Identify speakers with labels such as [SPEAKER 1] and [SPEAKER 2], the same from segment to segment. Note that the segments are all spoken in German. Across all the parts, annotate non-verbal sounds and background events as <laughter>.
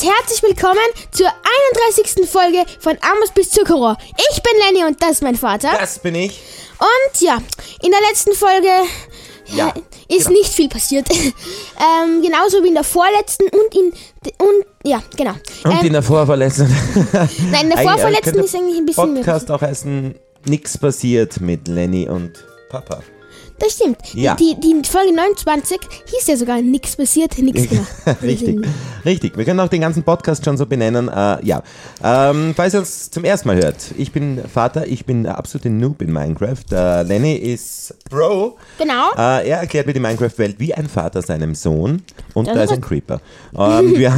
[SPEAKER 1] Herzlich willkommen zur 31. Folge von Amos bis Zuckerrohr. Ich bin Lenny und das ist mein Vater.
[SPEAKER 2] Das bin ich.
[SPEAKER 1] Und ja, in der letzten Folge
[SPEAKER 2] Ja,
[SPEAKER 1] ist
[SPEAKER 2] genau.
[SPEAKER 1] nicht viel passiert. <laughs> ähm, genauso wie in der vorletzten und in und ja, genau.
[SPEAKER 2] Und
[SPEAKER 1] ähm,
[SPEAKER 2] in der vorverletzten.
[SPEAKER 1] nein, in der
[SPEAKER 2] Eigentlich
[SPEAKER 1] vorvorletzten
[SPEAKER 2] könnte
[SPEAKER 1] ist eigentlich ein bisschen mehr.
[SPEAKER 2] Podcast auch heißen Nix passiert mit Lenny und Papa.
[SPEAKER 1] Das stimmt.
[SPEAKER 2] Ja.
[SPEAKER 1] Die, die Folge 29 hieß ja sogar nichts passiert, nichts gemacht.
[SPEAKER 2] <laughs> Richtig. Richtig. Wir können auch den ganzen Podcast schon so benennen. Äh, ja. Ähm, falls ihr uns zum ersten Mal hört, ich bin Vater, ich bin der absolute Noob in Minecraft. Äh, Lenny ist Bro.
[SPEAKER 1] Genau.
[SPEAKER 2] Äh, er erklärt mir die Minecraft-Welt wie ein Vater seinem Sohn und
[SPEAKER 1] Das
[SPEAKER 2] da
[SPEAKER 1] ist
[SPEAKER 2] ist ein Creeper. Ähm, wir,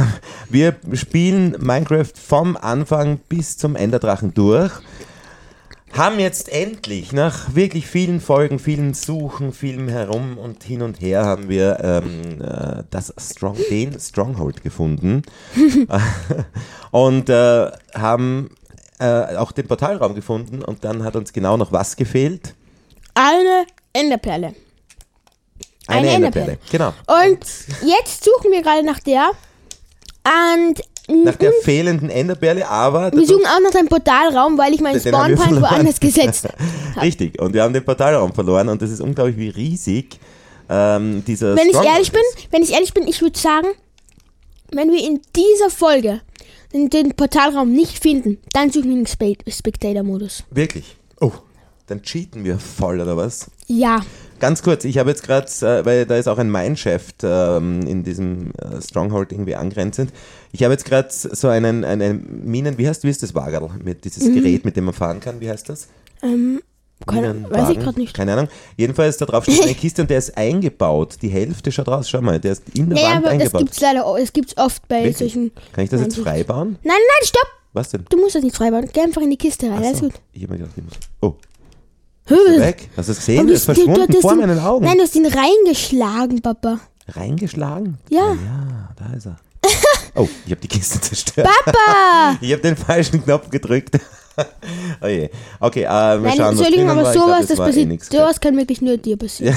[SPEAKER 2] wir spielen Minecraft vom Anfang bis zum Enderdrachen durch. Haben jetzt endlich, nach wirklich vielen Folgen, vielen Suchen, vielem Herum und hin und her, haben wir ähm, äh, das Strong, den Stronghold
[SPEAKER 1] <laughs>
[SPEAKER 2] gefunden und äh, haben äh, auch den Portalraum gefunden und dann hat uns genau noch was gefehlt?
[SPEAKER 1] Eine Enderperle. Eine Enderperle.
[SPEAKER 2] Genau.
[SPEAKER 1] Und jetzt suchen wir gerade nach der. Und mm,
[SPEAKER 2] Nach der fehlenden Enderperle,
[SPEAKER 1] wir
[SPEAKER 2] aber dadurch- <laughs>
[SPEAKER 1] suchen auch nach einem Portalraum, weil ich meinen
[SPEAKER 2] Den haben wir
[SPEAKER 1] Spawnpoint
[SPEAKER 2] verloren.
[SPEAKER 1] woanders
[SPEAKER 2] <laughs>
[SPEAKER 1] gesetzt habe.
[SPEAKER 2] richtig. Und wir haben den Portalraum verloren und das ist unglaublich, wie riesig ähm, dieser
[SPEAKER 1] Wenn ich
[SPEAKER 2] Stronghold
[SPEAKER 1] ehrlich bin,
[SPEAKER 2] ist.
[SPEAKER 1] wenn ich ehrlich bin, ich würde sagen, wenn wir in dieser Folge den, den Portalraum nicht finden, dann suchen wir den Spe- Spectator-Modus.
[SPEAKER 2] Wirklich. Oh. Dann cheaten wir voll, oder was?
[SPEAKER 1] Ja.
[SPEAKER 2] Ganz kurz, ich habe jetzt gerade, äh, weil da ist auch ein Mineshaft ähm, in diesem äh, Stronghold irgendwie angrenzend. Ich habe jetzt gerade so einen, einen Minen, wie heißt, wie ist das Wagerl? Mit dieses
[SPEAKER 1] Mhm.
[SPEAKER 2] Gerät, mit dem man fahren kann, wie heißt das?
[SPEAKER 1] Keine, weiß ich
[SPEAKER 2] Minenwagen?
[SPEAKER 1] gerade nicht.
[SPEAKER 2] Keine Ahnung. Jedenfalls, da drauf
[SPEAKER 1] <laughs>
[SPEAKER 2] steht eine Kiste und der ist eingebaut. Die Hälfte, schaut raus, schau mal, der ist in der
[SPEAKER 1] Naja,
[SPEAKER 2] Wand
[SPEAKER 1] aber das
[SPEAKER 2] eingebaut.
[SPEAKER 1] gibt's leider, o- es gibt's oft bei
[SPEAKER 2] Wirklich?
[SPEAKER 1] solchen.
[SPEAKER 2] Kann ich das jetzt
[SPEAKER 1] Nein,
[SPEAKER 2] frei bauen?
[SPEAKER 1] Nein, nein, stopp!
[SPEAKER 2] Was denn?
[SPEAKER 1] Du musst das nicht freibauen. Geh einfach in die Kiste rein,
[SPEAKER 2] Ach
[SPEAKER 1] alles
[SPEAKER 2] so.
[SPEAKER 1] gut.
[SPEAKER 2] Ich habe mir gedacht, ich muss. Oh,
[SPEAKER 1] Hö,
[SPEAKER 2] weg. Hast du es gesehen?
[SPEAKER 1] aber
[SPEAKER 2] Er ist
[SPEAKER 1] du- du- du
[SPEAKER 2] verschwunden
[SPEAKER 1] hast
[SPEAKER 2] vor
[SPEAKER 1] ihn-
[SPEAKER 2] meinen Augen.
[SPEAKER 1] Nein, du hast ihn reingeschlagen,
[SPEAKER 2] <laughs>
[SPEAKER 1] Papa.
[SPEAKER 2] Reingeschlagen? Ah
[SPEAKER 1] Ja.
[SPEAKER 2] Ja, da
[SPEAKER 1] <laughs>
[SPEAKER 2] ist er. Oh, ich habe die Kiste zerstört.
[SPEAKER 1] Papa!
[SPEAKER 2] Ich habe den falschen Knopf gedrückt. <laughs> Oh je. Okay, äh, wir
[SPEAKER 1] Nein,
[SPEAKER 2] schauen, was
[SPEAKER 1] Entschuldigung,
[SPEAKER 2] drinnen
[SPEAKER 1] aber
[SPEAKER 2] war. Ich glaub,
[SPEAKER 1] sowas,
[SPEAKER 2] das
[SPEAKER 1] das
[SPEAKER 2] war eh
[SPEAKER 1] passiert,
[SPEAKER 2] nix.
[SPEAKER 1] sowas kann wirklich nur dir passieren.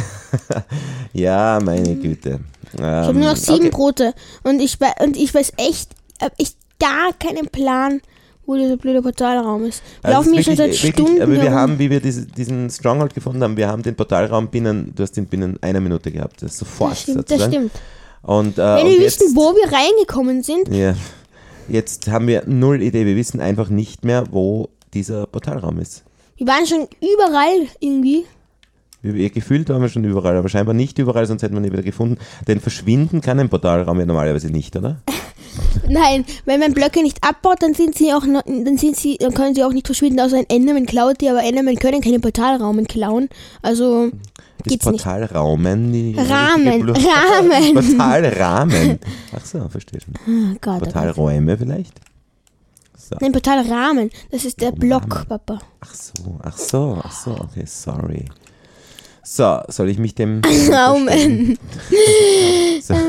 [SPEAKER 2] Ja, meine Güte. Ähm, ich
[SPEAKER 1] Hm. Ich habe nur noch sieben Brote und ich, wei- und ich weiß echt, hab ich gar keinen Plan, wo dieser blöde Portalraum ist. Wir
[SPEAKER 2] Also
[SPEAKER 1] laufen hier
[SPEAKER 2] es
[SPEAKER 1] schon
[SPEAKER 2] ist
[SPEAKER 1] seit
[SPEAKER 2] wirklich- wirklich,
[SPEAKER 1] Stunden
[SPEAKER 2] Aber wir
[SPEAKER 1] herum.
[SPEAKER 2] haben, wie wir diese, diesen Stronghold gefunden haben, wir haben den Portalraum binnen, du hast ihn binnen einer Minute gehabt. Das ist sofort.
[SPEAKER 1] das stimmt, das
[SPEAKER 2] sozusagen.
[SPEAKER 1] stimmt.
[SPEAKER 2] Und, äh,
[SPEAKER 1] Wenn
[SPEAKER 2] und
[SPEAKER 1] wir
[SPEAKER 2] jetzt,
[SPEAKER 1] wüssten, wo wir reingekommen sind,
[SPEAKER 2] Ja. Jetzt haben wir null Idee. Wir wissen einfach nicht mehr, wo dieser Portalraum ist.
[SPEAKER 1] wir waren schon überall irgendwie. <laughs>
[SPEAKER 2] Wir, wir gefühlt waren wir schon überall, aber scheinbar nicht überall, sonst hätten wir ihn wieder gefunden. Denn verschwinden kann ein Portalraum ja normalerweise nicht, oder?
[SPEAKER 1] Nein, wenn man Blöcke nicht abbaut, dann sind sie auch noch, dann sind sie, dann können sie auch nicht verschwinden, außer ein Enderman klaut die, aber Enderman können keine Portalraumen klauen. Also
[SPEAKER 2] Ist
[SPEAKER 1] geht's nicht.
[SPEAKER 2] Portalraumen die
[SPEAKER 1] Rahmen,
[SPEAKER 2] richtige Blu-
[SPEAKER 1] Rahmen.
[SPEAKER 2] <laughs> Portalrahmen. Ach so,
[SPEAKER 1] <laughs>
[SPEAKER 2] verstehe schon.
[SPEAKER 1] Oh Gott, oh Gott.
[SPEAKER 2] Portalräume vielleicht? So.
[SPEAKER 1] Nein, Portalrahmen. Das ist der Block, Papa.
[SPEAKER 2] Ach so, ach so, ach so, okay, sorry. So, soll ich
[SPEAKER 1] <laughs>
[SPEAKER 2] mich dem.
[SPEAKER 1] Rahmen.
[SPEAKER 2] So.
[SPEAKER 1] <laughs>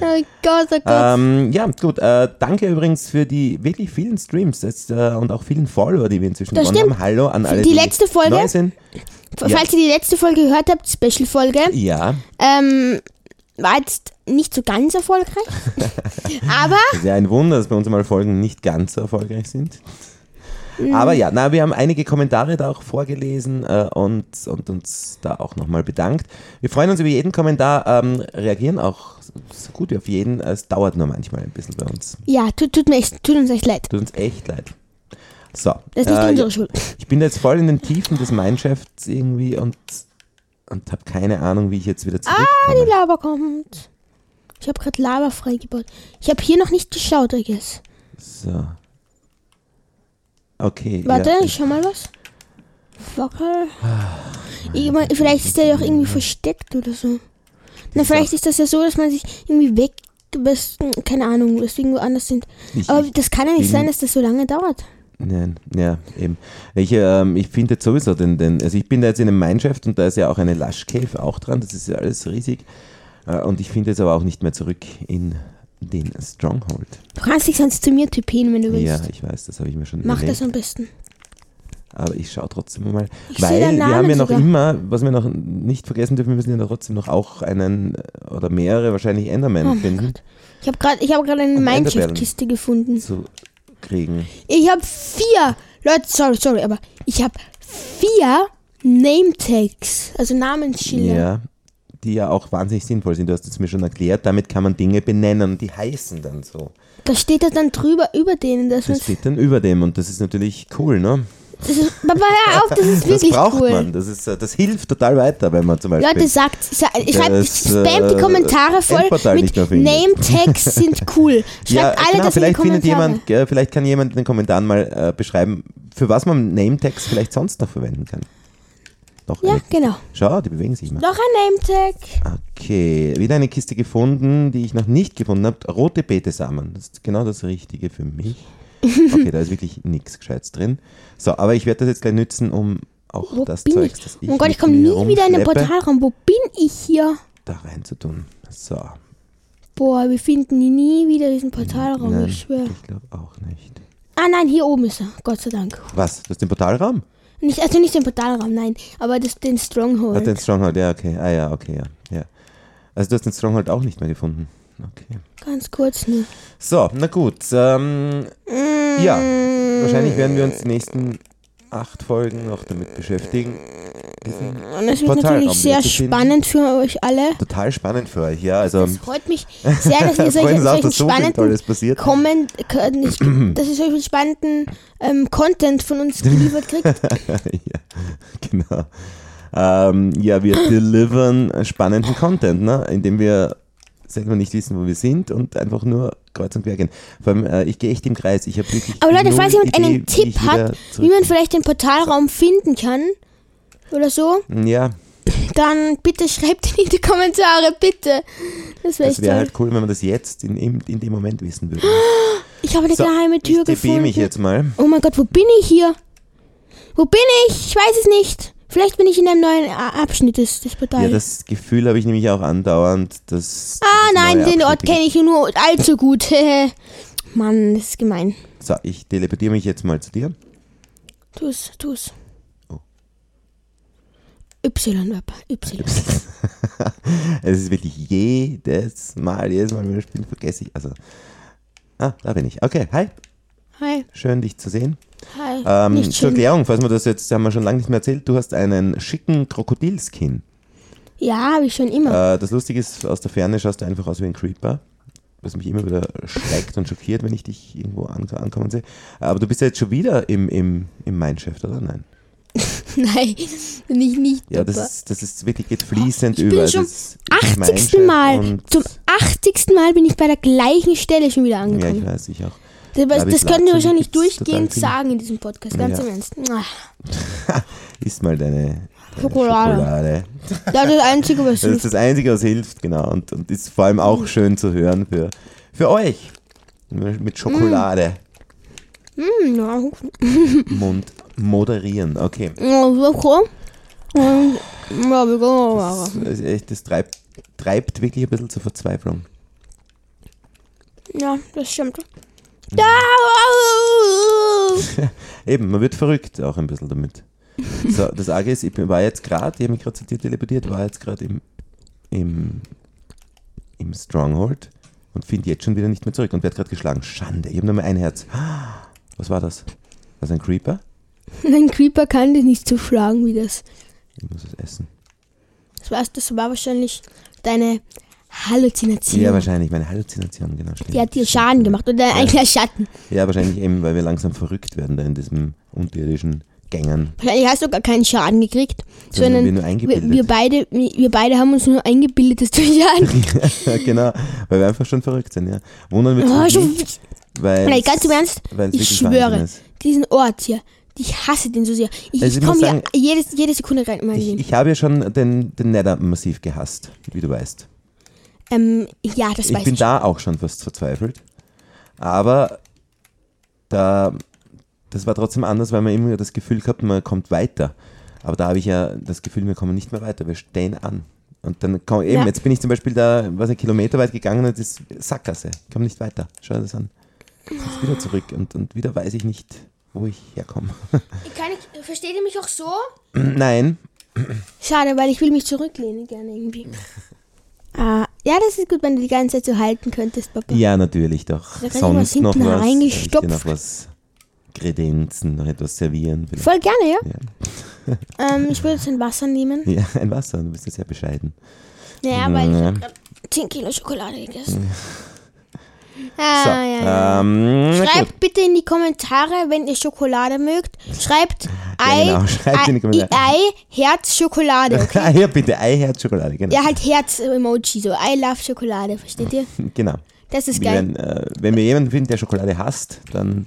[SPEAKER 1] Oh Gott, oh Gott.
[SPEAKER 2] Ähm, ja, gut. Äh, danke übrigens für die wirklich vielen Streams das, äh, und auch vielen Follower, die wir inzwischen
[SPEAKER 1] Das
[SPEAKER 2] gewonnen
[SPEAKER 1] stimmt.
[SPEAKER 2] haben. Hallo an alle.
[SPEAKER 1] Die letzte Folge?
[SPEAKER 2] Neu sind.
[SPEAKER 1] F-
[SPEAKER 2] Ja.
[SPEAKER 1] Falls ihr die letzte Folge gehört habt, Special-Folge,
[SPEAKER 2] Ja,
[SPEAKER 1] ähm, war jetzt nicht so ganz erfolgreich. Aber
[SPEAKER 2] es ist ja ein Wunder, dass bei uns mal Folgen nicht ganz so erfolgreich sind.
[SPEAKER 1] Mhm.
[SPEAKER 2] Aber ja, na, wir haben einige Kommentare da auch vorgelesen äh, und, und uns da auch nochmal bedankt. Wir freuen uns über jeden Kommentar, ähm, reagieren auch so gut wie auf jeden. Es dauert nur manchmal ein bisschen bei uns.
[SPEAKER 1] ja, tut, tut, mir echt, tut uns echt leid.
[SPEAKER 2] Tut uns echt leid. So.
[SPEAKER 1] Das ist nicht
[SPEAKER 2] äh,
[SPEAKER 1] unsere Schuld.
[SPEAKER 2] Ich bin jetzt voll in den Tiefen des Mindshafts irgendwie und, und habe keine Ahnung, wie ich jetzt wieder
[SPEAKER 1] Ah, die
[SPEAKER 2] zurückkomme.
[SPEAKER 1] Lava kommt. Ich habe gerade Lava freigebaut. Ich habe hier noch nicht geschaut, I guess.
[SPEAKER 2] So. Okay.
[SPEAKER 1] Warte,
[SPEAKER 2] ja.
[SPEAKER 1] ich schau mal was. Wackel. Ich mein, vielleicht ist der ja auch irgendwie versteckt oder so. Na, vielleicht ist das ja so, dass man sich irgendwie weg, was- keine Ahnung, dass wir irgendwo anders sind.
[SPEAKER 2] Ich-
[SPEAKER 1] Aber das kann ja nicht
[SPEAKER 2] bin-
[SPEAKER 1] sein, dass das so lange dauert.
[SPEAKER 2] Nein, ja, eben. Ich, ähm, ich finde jetzt sowieso den, den, also ich bin da jetzt in einem Mineshaft und da ist ja auch eine Lush Cave auch dran, das ist ja alles riesig. Äh, und ich finde jetzt aber auch nicht mehr zurück in den Stronghold.
[SPEAKER 1] Du kannst dich sonst zu mir typen, wenn du willst.
[SPEAKER 2] Ja, ich weiß, das habe ich mir schon
[SPEAKER 1] Mach
[SPEAKER 2] überlegt.
[SPEAKER 1] das am besten.
[SPEAKER 2] Aber ich schaue trotzdem mal.
[SPEAKER 1] Ich seh
[SPEAKER 2] weil
[SPEAKER 1] den
[SPEAKER 2] wir
[SPEAKER 1] Namen
[SPEAKER 2] haben ja noch
[SPEAKER 1] sogar.
[SPEAKER 2] immer, was wir noch nicht vergessen dürfen, wir müssen ja noch trotzdem noch auch einen äh, oder mehrere wahrscheinlich
[SPEAKER 1] Oh
[SPEAKER 2] Enderman finden
[SPEAKER 1] Ich habe gerade hab grad eine
[SPEAKER 2] Und
[SPEAKER 1] Minecraft-Kiste gefunden.
[SPEAKER 2] zu kriegen.
[SPEAKER 1] Ich habe vier, Leute, sorry, sorry, aber ich habe vier Name-Tags, also Namensschilder.
[SPEAKER 2] Ja. Die ja auch wahnsinnig sinnvoll sind. Du hast es mir schon erklärt. Damit kann man Dinge benennen und die heißen dann so.
[SPEAKER 1] Da steht das dann drüber, über denen. Dass
[SPEAKER 2] Das
[SPEAKER 1] das
[SPEAKER 2] steht dann über dem und das ist natürlich cool, ne?
[SPEAKER 1] das ist, Papa, hör auf, das ist
[SPEAKER 2] Das
[SPEAKER 1] wirklich
[SPEAKER 2] braucht
[SPEAKER 1] cool.
[SPEAKER 2] man. Das, ist, äh, das hilft total weiter, wenn man zum Beispiel.
[SPEAKER 1] Leute, sagt, sa- schreibt,
[SPEAKER 2] Das,
[SPEAKER 1] spammt die
[SPEAKER 2] äh,
[SPEAKER 1] Kommentare voll
[SPEAKER 2] Endportal
[SPEAKER 1] mit
[SPEAKER 2] nicht mehr findet. <laughs>
[SPEAKER 1] Name-Tags sind cool. Schreibt
[SPEAKER 2] ja,
[SPEAKER 1] alle das
[SPEAKER 2] genau,
[SPEAKER 1] in die
[SPEAKER 2] vielleicht findet
[SPEAKER 1] Kommentare.
[SPEAKER 2] jemand, äh, vielleicht kann jemand in den Kommentaren mal äh, beschreiben, für was man Name-Tags vielleicht sonst noch verwenden kann. Doch,
[SPEAKER 1] ja,
[SPEAKER 2] eine-
[SPEAKER 1] genau.
[SPEAKER 2] schau, die bewegen sich immer.
[SPEAKER 1] Noch ein Name-Tag.
[SPEAKER 2] Okay, wieder eine Kiste gefunden, die ich noch nicht gefunden habe. Rote Betesamen. Das ist genau das Richtige für mich. Okay, da ist wirklich nichts Gescheites drin. So, aber ich werde das jetzt gleich nützen, um auch
[SPEAKER 1] Wo
[SPEAKER 2] das
[SPEAKER 1] bin
[SPEAKER 2] Zeug,
[SPEAKER 1] ich?
[SPEAKER 2] das ich.
[SPEAKER 1] Oh Gott,
[SPEAKER 2] mit
[SPEAKER 1] ich komme
[SPEAKER 2] mir
[SPEAKER 1] nie wieder in den
[SPEAKER 2] rumschleppe,
[SPEAKER 1] Portalraum. Wo bin ich hier?
[SPEAKER 2] Da reinzutun. So.
[SPEAKER 1] Boah, wir finden nie wieder diesen Portalraum,
[SPEAKER 2] Nein,
[SPEAKER 1] ich schwöre.
[SPEAKER 2] Ich glaube auch nicht.
[SPEAKER 1] Ah nein, hier oben ist er, Gott sei Dank.
[SPEAKER 2] Was? Du hast den Portalraum?
[SPEAKER 1] Nicht, also nicht den Portalraum, nein, aber das, den
[SPEAKER 2] Ach,
[SPEAKER 1] Stronghold.
[SPEAKER 2] den Stronghold, ja, okay. Ah ja, okay, ja. ja. Also du hast den Stronghold auch nicht mehr gefunden. Okay.
[SPEAKER 1] Ganz kurz ne? nur.
[SPEAKER 2] So, na gut.
[SPEAKER 1] Mm.
[SPEAKER 2] Ähm, ja, wahrscheinlich werden wir uns die nächsten acht Folgen noch damit beschäftigen.
[SPEAKER 1] Und es wird
[SPEAKER 2] Portalraum
[SPEAKER 1] natürlich sehr
[SPEAKER 2] wieder zu finden.
[SPEAKER 1] spannend für euch alle.
[SPEAKER 2] Total spannend für euch, ja. Also
[SPEAKER 1] Es freut mich sehr,
[SPEAKER 2] <laughs>
[SPEAKER 1] dass ihr
[SPEAKER 2] freuen
[SPEAKER 1] solche,
[SPEAKER 2] uns auch,
[SPEAKER 1] solchen
[SPEAKER 2] dass so viel
[SPEAKER 1] spannenden
[SPEAKER 2] Tolles passiert.
[SPEAKER 1] Comment, äh, nicht,
[SPEAKER 2] <clears throat>
[SPEAKER 1] dass ihr solchen spannenden ähm, Content von uns geliefert
[SPEAKER 2] <laughs>
[SPEAKER 1] kriegt.
[SPEAKER 2] <laughs> ja, genau. Ähm,
[SPEAKER 1] <laughs>
[SPEAKER 2] ja, wir delivern spannenden Content, ne? indem wir selber nicht wissen, wo wir sind und einfach nur kreuz und quer gehen. Vor allem, äh, ich gehe echt im Kreis. Ich habe wirklich.
[SPEAKER 1] Aber Leute, falls
[SPEAKER 2] null
[SPEAKER 1] jemand
[SPEAKER 2] Idee,
[SPEAKER 1] einen
[SPEAKER 2] wie ich
[SPEAKER 1] Tipp hat,
[SPEAKER 2] wieder
[SPEAKER 1] wie
[SPEAKER 2] zurück-
[SPEAKER 1] man vielleicht den Portalraum finden kann oder so,
[SPEAKER 2] Ja,
[SPEAKER 1] dann bitte schreibt ihn in die Kommentare, bitte. Das wäre
[SPEAKER 2] das
[SPEAKER 1] echt
[SPEAKER 2] wäre
[SPEAKER 1] toll.
[SPEAKER 2] halt cool, wenn man das jetzt in, in, in dem Moment wissen würde.
[SPEAKER 1] Ich habe eine
[SPEAKER 2] So,
[SPEAKER 1] geheime Tür
[SPEAKER 2] Ich DB
[SPEAKER 1] gefunden.
[SPEAKER 2] mich jetzt mal.
[SPEAKER 1] Oh mein Gott, wo bin ich hier? Wo bin ich? Ich weiß es nicht. Vielleicht bin ich in einem neuen A- Abschnitt des, des
[SPEAKER 2] Ja,
[SPEAKER 1] Portals.
[SPEAKER 2] das Gefühl habe ich nämlich auch andauernd, dass.
[SPEAKER 1] ah nein, den Ort
[SPEAKER 2] kenne
[SPEAKER 1] kenne ich nur allzu gut. <laughs> Mann, das ist gemein.
[SPEAKER 2] ich. So, ich teleportiere mich jetzt mal zu dir.
[SPEAKER 1] Tu's, tu's.
[SPEAKER 2] Oh.
[SPEAKER 1] Y, Papa,
[SPEAKER 2] <laughs>
[SPEAKER 1] Y.
[SPEAKER 2] Es ist wirklich jedes Mal, jedes Mal, wenn wir spielen, vergesse ich. Also, ah, da bin ich. Okay, hi,
[SPEAKER 1] Hi,
[SPEAKER 2] schön dich zu sehen.
[SPEAKER 1] hi.
[SPEAKER 2] Ähm,
[SPEAKER 1] Nicht
[SPEAKER 2] zur
[SPEAKER 1] schön.
[SPEAKER 2] Erklärung, falls wir das jetzt, haben wir schon lange nicht mehr erzählt, du hast einen schicken Krokodilskin.
[SPEAKER 1] Ja, habe ich schon immer.
[SPEAKER 2] Äh, das Lustige ist, aus der Ferne schaust du einfach aus wie ein Creeper, was mich immer wieder schreckt und schockiert, wenn ich dich irgendwo an ankommen sehe. Aber du bist ja jetzt schon wieder im, im, im Mineshaft, oder? Nein.
[SPEAKER 1] <laughs> Nein, nicht, nicht.
[SPEAKER 2] Ja, das
[SPEAKER 1] Papa.
[SPEAKER 2] ist, das ist wirklich geht fließend
[SPEAKER 1] Oh, Ich bin
[SPEAKER 2] über.
[SPEAKER 1] schon
[SPEAKER 2] das ist
[SPEAKER 1] 80.
[SPEAKER 2] Mineshaft
[SPEAKER 1] Mal.
[SPEAKER 2] und-
[SPEAKER 1] Zum 80. Mal bin ich bei der gleichen Stelle schon wieder
[SPEAKER 2] Ja, ich
[SPEAKER 1] angekommen.
[SPEAKER 2] weiß, ich auch.
[SPEAKER 1] das
[SPEAKER 2] aber
[SPEAKER 1] das
[SPEAKER 2] ich
[SPEAKER 1] können wir
[SPEAKER 2] langsam
[SPEAKER 1] wahrscheinlich
[SPEAKER 2] gibt's total
[SPEAKER 1] durchgehend
[SPEAKER 2] viel.
[SPEAKER 1] sagen in diesem Podcast. Ganz
[SPEAKER 2] Ja.
[SPEAKER 1] im Ernst. Ah.
[SPEAKER 2] Isst mal deine, deine
[SPEAKER 1] Schokolade.
[SPEAKER 2] Schokolade.
[SPEAKER 1] Das ist das Einzige, was
[SPEAKER 2] Das ist
[SPEAKER 1] hilft.
[SPEAKER 2] das Einzige, was hilft, genau. Und, und ist vor allem
[SPEAKER 1] Mhm.
[SPEAKER 2] auch schön zu hören für, für euch. Mit Schokolade.
[SPEAKER 1] Hm, ja.
[SPEAKER 2] Mund moderieren. Okay.
[SPEAKER 1] Ja, wirklich. Und- Ja, wir gehen
[SPEAKER 2] Das,
[SPEAKER 1] mal
[SPEAKER 2] ist- ist echt, das treibt, treibt wirklich ein bisschen zur Verzweiflung.
[SPEAKER 1] Ja, das stimmt.
[SPEAKER 2] Mhm.
[SPEAKER 1] Da!
[SPEAKER 2] <laughs> Eben, man wird verrückt auch ein bisschen damit. So, das Arge ist, ich bin- war jetzt gerade, ich habe mich gerade zu dir teleportiert, war jetzt gerade im, im, im Stronghold und finde jetzt schon wieder nicht mehr zurück und werde gerade geschlagen. Schande, ich habe nur mehr ein Herz. <gasps> Was war das? Was ein Creeper?
[SPEAKER 1] Ein Creeper kann dich nicht so schlagen wie das.
[SPEAKER 2] Ich muss es essen.
[SPEAKER 1] Das war, das war wahrscheinlich deine Halluzination.
[SPEAKER 2] Ja, wahrscheinlich, meine Halluzination, genau. stimmt.
[SPEAKER 1] Die hat dir Schaden gemacht oder ein kleiner Schatten.
[SPEAKER 2] Ja, wahrscheinlich eben, weil wir langsam verrückt werden da in diesem unterirdischen Gängern. <laughs>
[SPEAKER 1] Wahrscheinlich hast du gar keinen Schaden gekriegt, sondern
[SPEAKER 2] wir nur
[SPEAKER 1] wir,
[SPEAKER 2] eingebildet.
[SPEAKER 1] wir, beide, wir beide haben uns nur eingebildet, dass du
[SPEAKER 2] <laughs>
[SPEAKER 1] Schaden
[SPEAKER 2] genau, weil wir einfach schon verrückt sind, ja. Wundern wir
[SPEAKER 1] oh,
[SPEAKER 2] uns
[SPEAKER 1] schon,
[SPEAKER 2] nicht, weil
[SPEAKER 1] Nein, ganz im Ernst,
[SPEAKER 2] weil es
[SPEAKER 1] ich
[SPEAKER 2] wirklich
[SPEAKER 1] schwöre.
[SPEAKER 2] Wahnsinn ist.
[SPEAKER 1] Diesen Ort hier, ich hasse den so sehr. Ich,
[SPEAKER 2] Also
[SPEAKER 1] ich
[SPEAKER 2] ich muss
[SPEAKER 1] komme hier
[SPEAKER 2] sagen,
[SPEAKER 1] jedes, jede Sekunde rein. Mal
[SPEAKER 2] Ich,
[SPEAKER 1] sehen.
[SPEAKER 2] ich habe ja schon den, den Nether massiv gehasst, wie du weißt.
[SPEAKER 1] ähm, ja, das
[SPEAKER 2] Ich
[SPEAKER 1] weiß
[SPEAKER 2] bin
[SPEAKER 1] ich.
[SPEAKER 2] da auch schon fast verzweifelt. Aber da, das war trotzdem anders, weil man immer das Gefühl gehabt, man kommt weiter. Aber da habe ich ja das Gefühl, wir kommen nicht mehr weiter, wir stehen an. Und dann komm, eben,
[SPEAKER 1] Ja.
[SPEAKER 2] jetzt bin ich zum Beispiel da, was ein Kilometer weit gegangen und das ist Sackgasse. Ich komme nicht weiter. Schau dir das an. Jetzt wieder zurück und, und wieder weiß ich nicht, wo ich herkomme. <laughs>
[SPEAKER 1] Kann ich, versteht ihr mich auch so?
[SPEAKER 2] Nein,
[SPEAKER 1] Schade, weil ich will mich zurücklehnen gerne
[SPEAKER 2] <laughs>
[SPEAKER 1] irgendwie. ah, ja, das ist gut, wenn du die ganze Zeit so halten könntest, Papa.
[SPEAKER 2] ja, natürlich doch.
[SPEAKER 1] Da kann ich
[SPEAKER 2] Sonst
[SPEAKER 1] was
[SPEAKER 2] noch
[SPEAKER 1] hinten
[SPEAKER 2] was. Ich dir
[SPEAKER 1] reingestopft.
[SPEAKER 2] noch was kredenzen, noch etwas servieren. Vielleicht.
[SPEAKER 1] Voll gerne, ja? <laughs> ähm, ich würde jetzt ein Wasser nehmen.
[SPEAKER 2] Ja, ein Wasser, du bist ja sehr bescheiden.
[SPEAKER 1] Naja, weil ich
[SPEAKER 2] Ja.
[SPEAKER 1] habe 10 Kilo Schokolade gegessen. Ah,
[SPEAKER 2] So,
[SPEAKER 1] ja, ja.
[SPEAKER 2] ähm, na gut.
[SPEAKER 1] Schreibt bitte in die Kommentare, wenn ihr Schokolade mögt. Schreibt Ei,
[SPEAKER 2] genau, <laughs> schreibt
[SPEAKER 1] Ei,
[SPEAKER 2] in die Kommentare.
[SPEAKER 1] Ei, Herz, Schokolade.
[SPEAKER 2] <laughs>
[SPEAKER 1] Okay?
[SPEAKER 2] Ah, ja, bitte, Ei, Herz, Schokolade, genau.
[SPEAKER 1] Ja, halt Herz-Emoji, so I love Schokolade, versteht ihr?
[SPEAKER 2] <laughs> genau.
[SPEAKER 1] Das ist
[SPEAKER 2] Wir
[SPEAKER 1] geil.
[SPEAKER 2] werden, äh, wenn wir jemanden finden, der Schokolade hasst, dann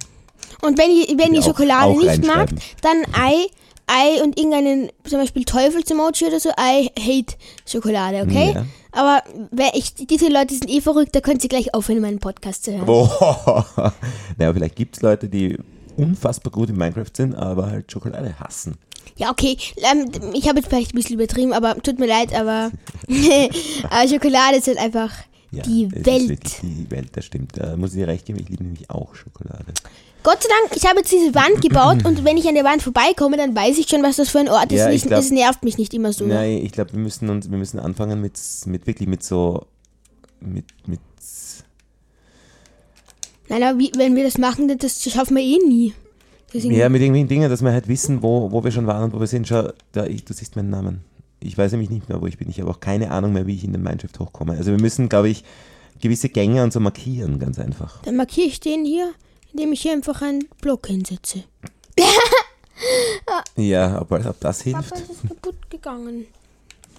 [SPEAKER 1] Und wenn ihr, wenn ihr
[SPEAKER 2] auch-
[SPEAKER 1] Schokolade
[SPEAKER 2] auch
[SPEAKER 1] nicht mag,
[SPEAKER 2] reinschreiben.
[SPEAKER 1] dann Ei, Ei und irgendeinen, zum Beispiel Teufels-Emoji oder so, I hate Schokolade, okay?
[SPEAKER 2] Hm, Ja.
[SPEAKER 1] Aber wer, ich, diese Leute sind eh verrückt, da könnt ihr gleich aufhören, meinen Podcast zu hören.
[SPEAKER 2] Boah. <laughs> Naja, vielleicht gibt es Leute, die unfassbar gut in Minecraft sind, aber halt Schokolade hassen.
[SPEAKER 1] Ja, okay, ähm, ich habe jetzt vielleicht ein bisschen übertrieben, aber tut mir leid, aber, <laughs> aber Schokolade ist halt einfach
[SPEAKER 2] Ja,
[SPEAKER 1] die
[SPEAKER 2] es ist
[SPEAKER 1] Welt.
[SPEAKER 2] wirklich Die Welt, das stimmt. Da muss ich dir recht geben, ich liebe nämlich auch Schokolade.
[SPEAKER 1] Gott sei Dank, ich habe jetzt diese Wand
[SPEAKER 2] <laughs>
[SPEAKER 1] gebaut und wenn ich an der Wand vorbeikomme, dann weiß ich schon, was das für ein Ort
[SPEAKER 2] Ja,
[SPEAKER 1] ist.
[SPEAKER 2] ich
[SPEAKER 1] Nicht,
[SPEAKER 2] glaub-
[SPEAKER 1] es nervt mich nicht immer so.
[SPEAKER 2] Nein, ich glaube, wir müssen uns, wir müssen anfangen mit, mit wirklich mit so, mit, mit,
[SPEAKER 1] Nein, aber wie, wenn wir das machen, dann das schaffen wir eh nie. Deswegen,
[SPEAKER 2] ja, mit irgendwelchen Dingen, dass wir halt wissen, wo, wo wir schon waren und wo wir sind. Schau, da, ich, du siehst meinen Namen. Ich weiß nämlich nicht mehr, wo ich bin. Ich habe auch keine Ahnung mehr, wie ich in den Minecraft hochkomme. Also wir müssen, glaube ich, gewisse Gänge und so markieren, ganz einfach.
[SPEAKER 1] Dann markiere ich den hier, indem ich hier einfach einen Block hinsetze.
[SPEAKER 2] Ja, ob, ob das hilft.
[SPEAKER 1] Papa, es ist kaputt gegangen.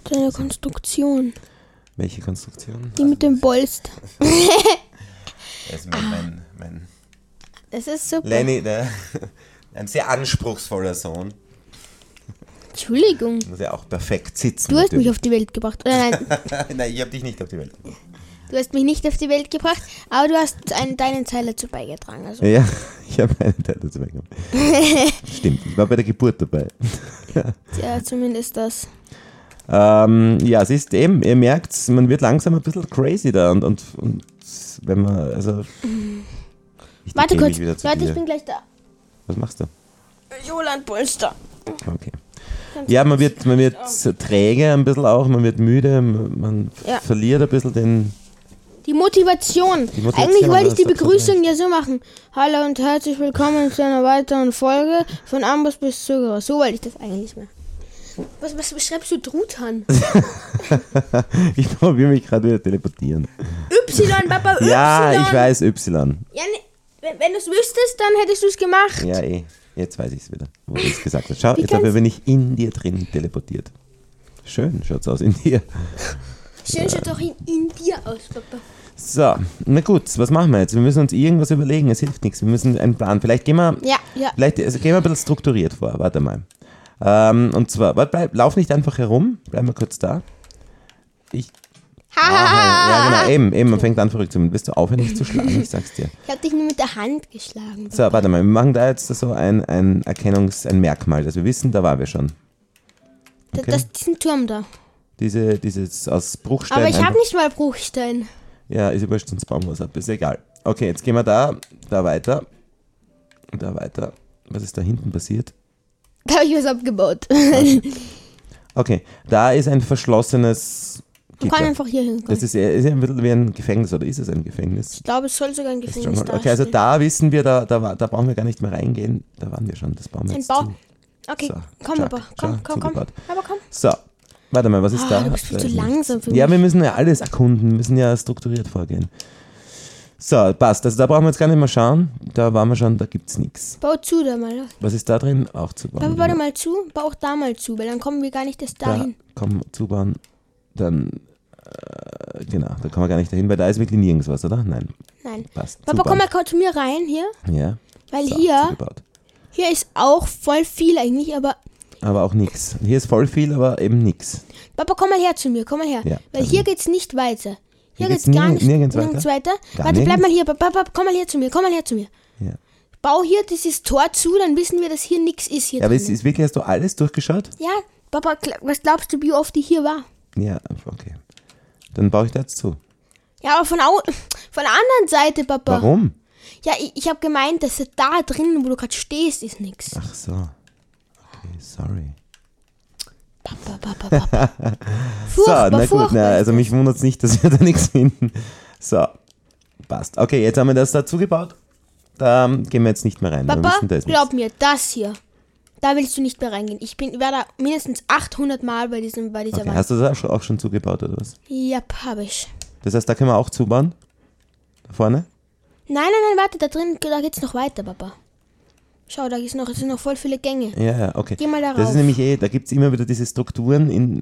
[SPEAKER 1] Deine Konstruktion.
[SPEAKER 2] Welche Konstruktion?
[SPEAKER 1] Die mit dem Bolster.
[SPEAKER 2] Also mein, mein, mein
[SPEAKER 1] Das ist super.
[SPEAKER 2] Lenny, der, <laughs> ein sehr anspruchsvoller Sohn,
[SPEAKER 1] Entschuldigung.
[SPEAKER 2] muss ja auch perfekt sitzen.
[SPEAKER 1] Du hast mich auf die Welt gebracht. Oder nein, <laughs>
[SPEAKER 2] <laughs> Nein, ich habe dich nicht auf die Welt. gebracht.
[SPEAKER 1] du hast mich nicht auf die Welt gebracht, aber du hast einen, deinen Teil dazu beigetragen. Also.
[SPEAKER 2] Ja, <laughs> ich habe meinen Teil dazu weggenommen.
[SPEAKER 1] <laughs>
[SPEAKER 2] Stimmt, ich war bei der Geburt dabei.
[SPEAKER 1] Ja, zumindest das.
[SPEAKER 2] Ähm, ja, es ist eben, ihr merkt, man wird langsam ein bisschen crazy da und, und, und wenn man, also... Ich
[SPEAKER 1] Mhm. Warte
[SPEAKER 2] geh
[SPEAKER 1] kurz.
[SPEAKER 2] mich Wieder zu
[SPEAKER 1] Leute,
[SPEAKER 2] dir.
[SPEAKER 1] ich bin gleich da.
[SPEAKER 2] Was machst du?
[SPEAKER 1] Joland Bolster.
[SPEAKER 2] Okay. Ja, man wird, man wird träge ein bisschen auch, man wird müde, man man
[SPEAKER 1] Oh. Ja.
[SPEAKER 2] verliert ein bisschen den, <laughs>
[SPEAKER 1] Die Motivation.
[SPEAKER 2] Motivation,
[SPEAKER 1] Eigentlich wollte
[SPEAKER 2] das
[SPEAKER 1] ich die
[SPEAKER 2] ist absolut
[SPEAKER 1] Begrüßung ja so machen. Hallo und herzlich willkommen zu einer weiteren Folge von Amboss bis Zuckerrohr. So wollte ich das eigentlich machen. Was, was beschreibst du
[SPEAKER 2] <laughs>
[SPEAKER 1] Truthahn?
[SPEAKER 2] Ich probiere mich gerade wieder teleportieren.
[SPEAKER 1] Y, Papa, Y.
[SPEAKER 2] Ja, ich weiß Y.
[SPEAKER 1] Ja, ne, wenn, wenn du es wüsstest, dann hättest du es gemacht.
[SPEAKER 2] Ja, eh. Jetzt weiß ich es wieder, wo du es gesagt hast. Schau,
[SPEAKER 1] Wie
[SPEAKER 2] jetzt dafür
[SPEAKER 1] kannst-
[SPEAKER 2] bin ich in dir drin teleportiert. Schön schaut's aus in dir.
[SPEAKER 1] Schön schaut doch in, in dir aus, Papa.
[SPEAKER 2] So, na gut, was machen wir jetzt? Wir müssen uns irgendwas überlegen, es hilft nichts. Wir müssen einen Plan. Vielleicht gehen wir,
[SPEAKER 1] Ja, ja.
[SPEAKER 2] vielleicht, also gehen wir ein bisschen strukturiert vor. Warte mal. Ähm, und zwar, warte, bleib, lauf nicht einfach herum, bleib mal kurz da. Ich. Ah, ja, genau, eben, eben, man fängt an verrückt zu werden. Willst du aufhören, nicht zu schlagen? Ich sag's dir.
[SPEAKER 1] Ich hab dich nur mit der Hand geschlagen.
[SPEAKER 2] So, warte mal, wir machen da jetzt so ein, ein Erkennungs-, ein Merkmal, dass wir wissen, da waren wir schon.
[SPEAKER 1] Da-
[SPEAKER 2] okay.
[SPEAKER 1] Das, diesen Turm da.
[SPEAKER 2] Diese, dieses aus Bruchstein.
[SPEAKER 1] Aber ich
[SPEAKER 2] einfach-
[SPEAKER 1] habe nicht mal Bruchstein.
[SPEAKER 2] Ja, ist überrascht, sonst bauen wir es ab, ist egal. Okay, jetzt gehen wir da, da weiter. Da weiter. Was ist da hinten passiert?
[SPEAKER 1] Da habe ich was
[SPEAKER 2] <laughs>
[SPEAKER 1] abgebaut.
[SPEAKER 2] Okay, da ist ein verschlossenes
[SPEAKER 1] Man kann
[SPEAKER 2] Gitter.
[SPEAKER 1] einfach hier hinkommen.
[SPEAKER 2] Das ist, eher- ist ja ein bisschen wie ein Gefängnis, oder ist es ein Gefängnis?
[SPEAKER 1] Ich glaube, es soll sogar ein Gefängnis
[SPEAKER 2] Stronghold. Okay, also
[SPEAKER 1] dastehen.
[SPEAKER 2] da wissen wir, da, da, war- da brauchen wir gar nicht mehr reingehen. Da waren wir schon, das bauen wir
[SPEAKER 1] Ein
[SPEAKER 2] jetzt
[SPEAKER 1] Bau.
[SPEAKER 2] zu.
[SPEAKER 1] Okay,
[SPEAKER 2] So,
[SPEAKER 1] komm,
[SPEAKER 2] Jack,
[SPEAKER 1] aber komm,
[SPEAKER 2] Jack,
[SPEAKER 1] komm, komm.
[SPEAKER 2] zugebaut.
[SPEAKER 1] Aber komm.
[SPEAKER 2] So, warte mal, was ist
[SPEAKER 1] Ah,
[SPEAKER 2] da?
[SPEAKER 1] du bist viel zu
[SPEAKER 2] Äh,
[SPEAKER 1] langsam für
[SPEAKER 2] Ja,
[SPEAKER 1] mich.
[SPEAKER 2] wir müssen ja alles erkunden, wir müssen ja strukturiert vorgehen. So, passt. Also da brauchen wir jetzt gar nicht mehr schauen. Da waren wir schon, da gibt's nichts.
[SPEAKER 1] Bau zu da mal.
[SPEAKER 2] Was ist da drin? Auch zu
[SPEAKER 1] Aber
[SPEAKER 2] bauen.
[SPEAKER 1] warte mal zu, bau auch da mal zu, weil dann kommen wir gar nicht erst
[SPEAKER 2] da,
[SPEAKER 1] dahin.
[SPEAKER 2] komm, zubauen. Dann, äh, genau, da kommen wir gar nicht dahin, weil da ist wirklich nirgends was, oder? Nein,
[SPEAKER 1] Nein.
[SPEAKER 2] passt.
[SPEAKER 1] Papa, komm mal kurz zu mir rein hier,
[SPEAKER 2] komm mal. Ja,
[SPEAKER 1] weil
[SPEAKER 2] so,
[SPEAKER 1] hier,
[SPEAKER 2] zugebaut.
[SPEAKER 1] hier ist auch voll viel eigentlich, aber
[SPEAKER 2] Aber auch nichts. Hier ist voll viel, aber eben nichts.
[SPEAKER 1] Papa, komm mal her zu mir, komm mal her,
[SPEAKER 2] Ja,
[SPEAKER 1] weil
[SPEAKER 2] dann-
[SPEAKER 1] hier geht's nicht weiter. Hier,
[SPEAKER 2] Hier
[SPEAKER 1] geht's,
[SPEAKER 2] geht's
[SPEAKER 1] gar
[SPEAKER 2] nirg-
[SPEAKER 1] nicht
[SPEAKER 2] nirgends
[SPEAKER 1] weiter.
[SPEAKER 2] Gar
[SPEAKER 1] Warte, bleib
[SPEAKER 2] nirgends?
[SPEAKER 1] mal hier, Papa, Papa, komm mal her zu mir, komm mal her zu mir.
[SPEAKER 2] Ja.
[SPEAKER 1] Bau hier dieses Tor zu, dann wissen wir, dass hier nichts ist hier
[SPEAKER 2] Ja, aber
[SPEAKER 1] drin.
[SPEAKER 2] ist, ist wirklich, hast du alles durchgeschaut?
[SPEAKER 1] ja, Papa, gl- was glaubst du, wie oft ich hier war?
[SPEAKER 2] Ja, okay. Dann baue ich da jetzt zu.
[SPEAKER 1] Ja, aber von, au von der anderen Seite, Papa.
[SPEAKER 2] Warum?
[SPEAKER 1] Ja, ich, ich habe gemeint, dass da drin, wo du gerade stehst, ist nichts.
[SPEAKER 2] Ach so. Okay, sorry. <laughs> So,
[SPEAKER 1] Furchtbar,
[SPEAKER 2] na gut,
[SPEAKER 1] furchtbar.
[SPEAKER 2] na, also mich wundert es nicht, dass wir da nichts finden. So, passt. Okay, jetzt haben wir das dazu gebaut. Da ähm, gehen wir jetzt nicht mehr rein. wir
[SPEAKER 1] Papa,
[SPEAKER 2] wissen, da ist nichts.
[SPEAKER 1] glaub mir, das hier, da willst du nicht mehr reingehen. Ich bin, war da mindestens 800 Mal bei, diesem, bei dieser
[SPEAKER 2] Okay,
[SPEAKER 1] Wand.
[SPEAKER 2] hast du das auch schon, auch schon zugebaut oder was?
[SPEAKER 1] Ja, hab ich.
[SPEAKER 2] Das heißt, da können wir auch zubauen? Da vorne?
[SPEAKER 1] Nein, nein, nein, warte, da drin, da geht's noch weiter, Papa. Schau, da ist noch, es sind noch voll viele Gänge.
[SPEAKER 2] Ja, ja, okay.
[SPEAKER 1] Geh mal da
[SPEAKER 2] das
[SPEAKER 1] rauf.
[SPEAKER 2] ist nämlich eh, da gibt es immer wieder diese Strukturen, in,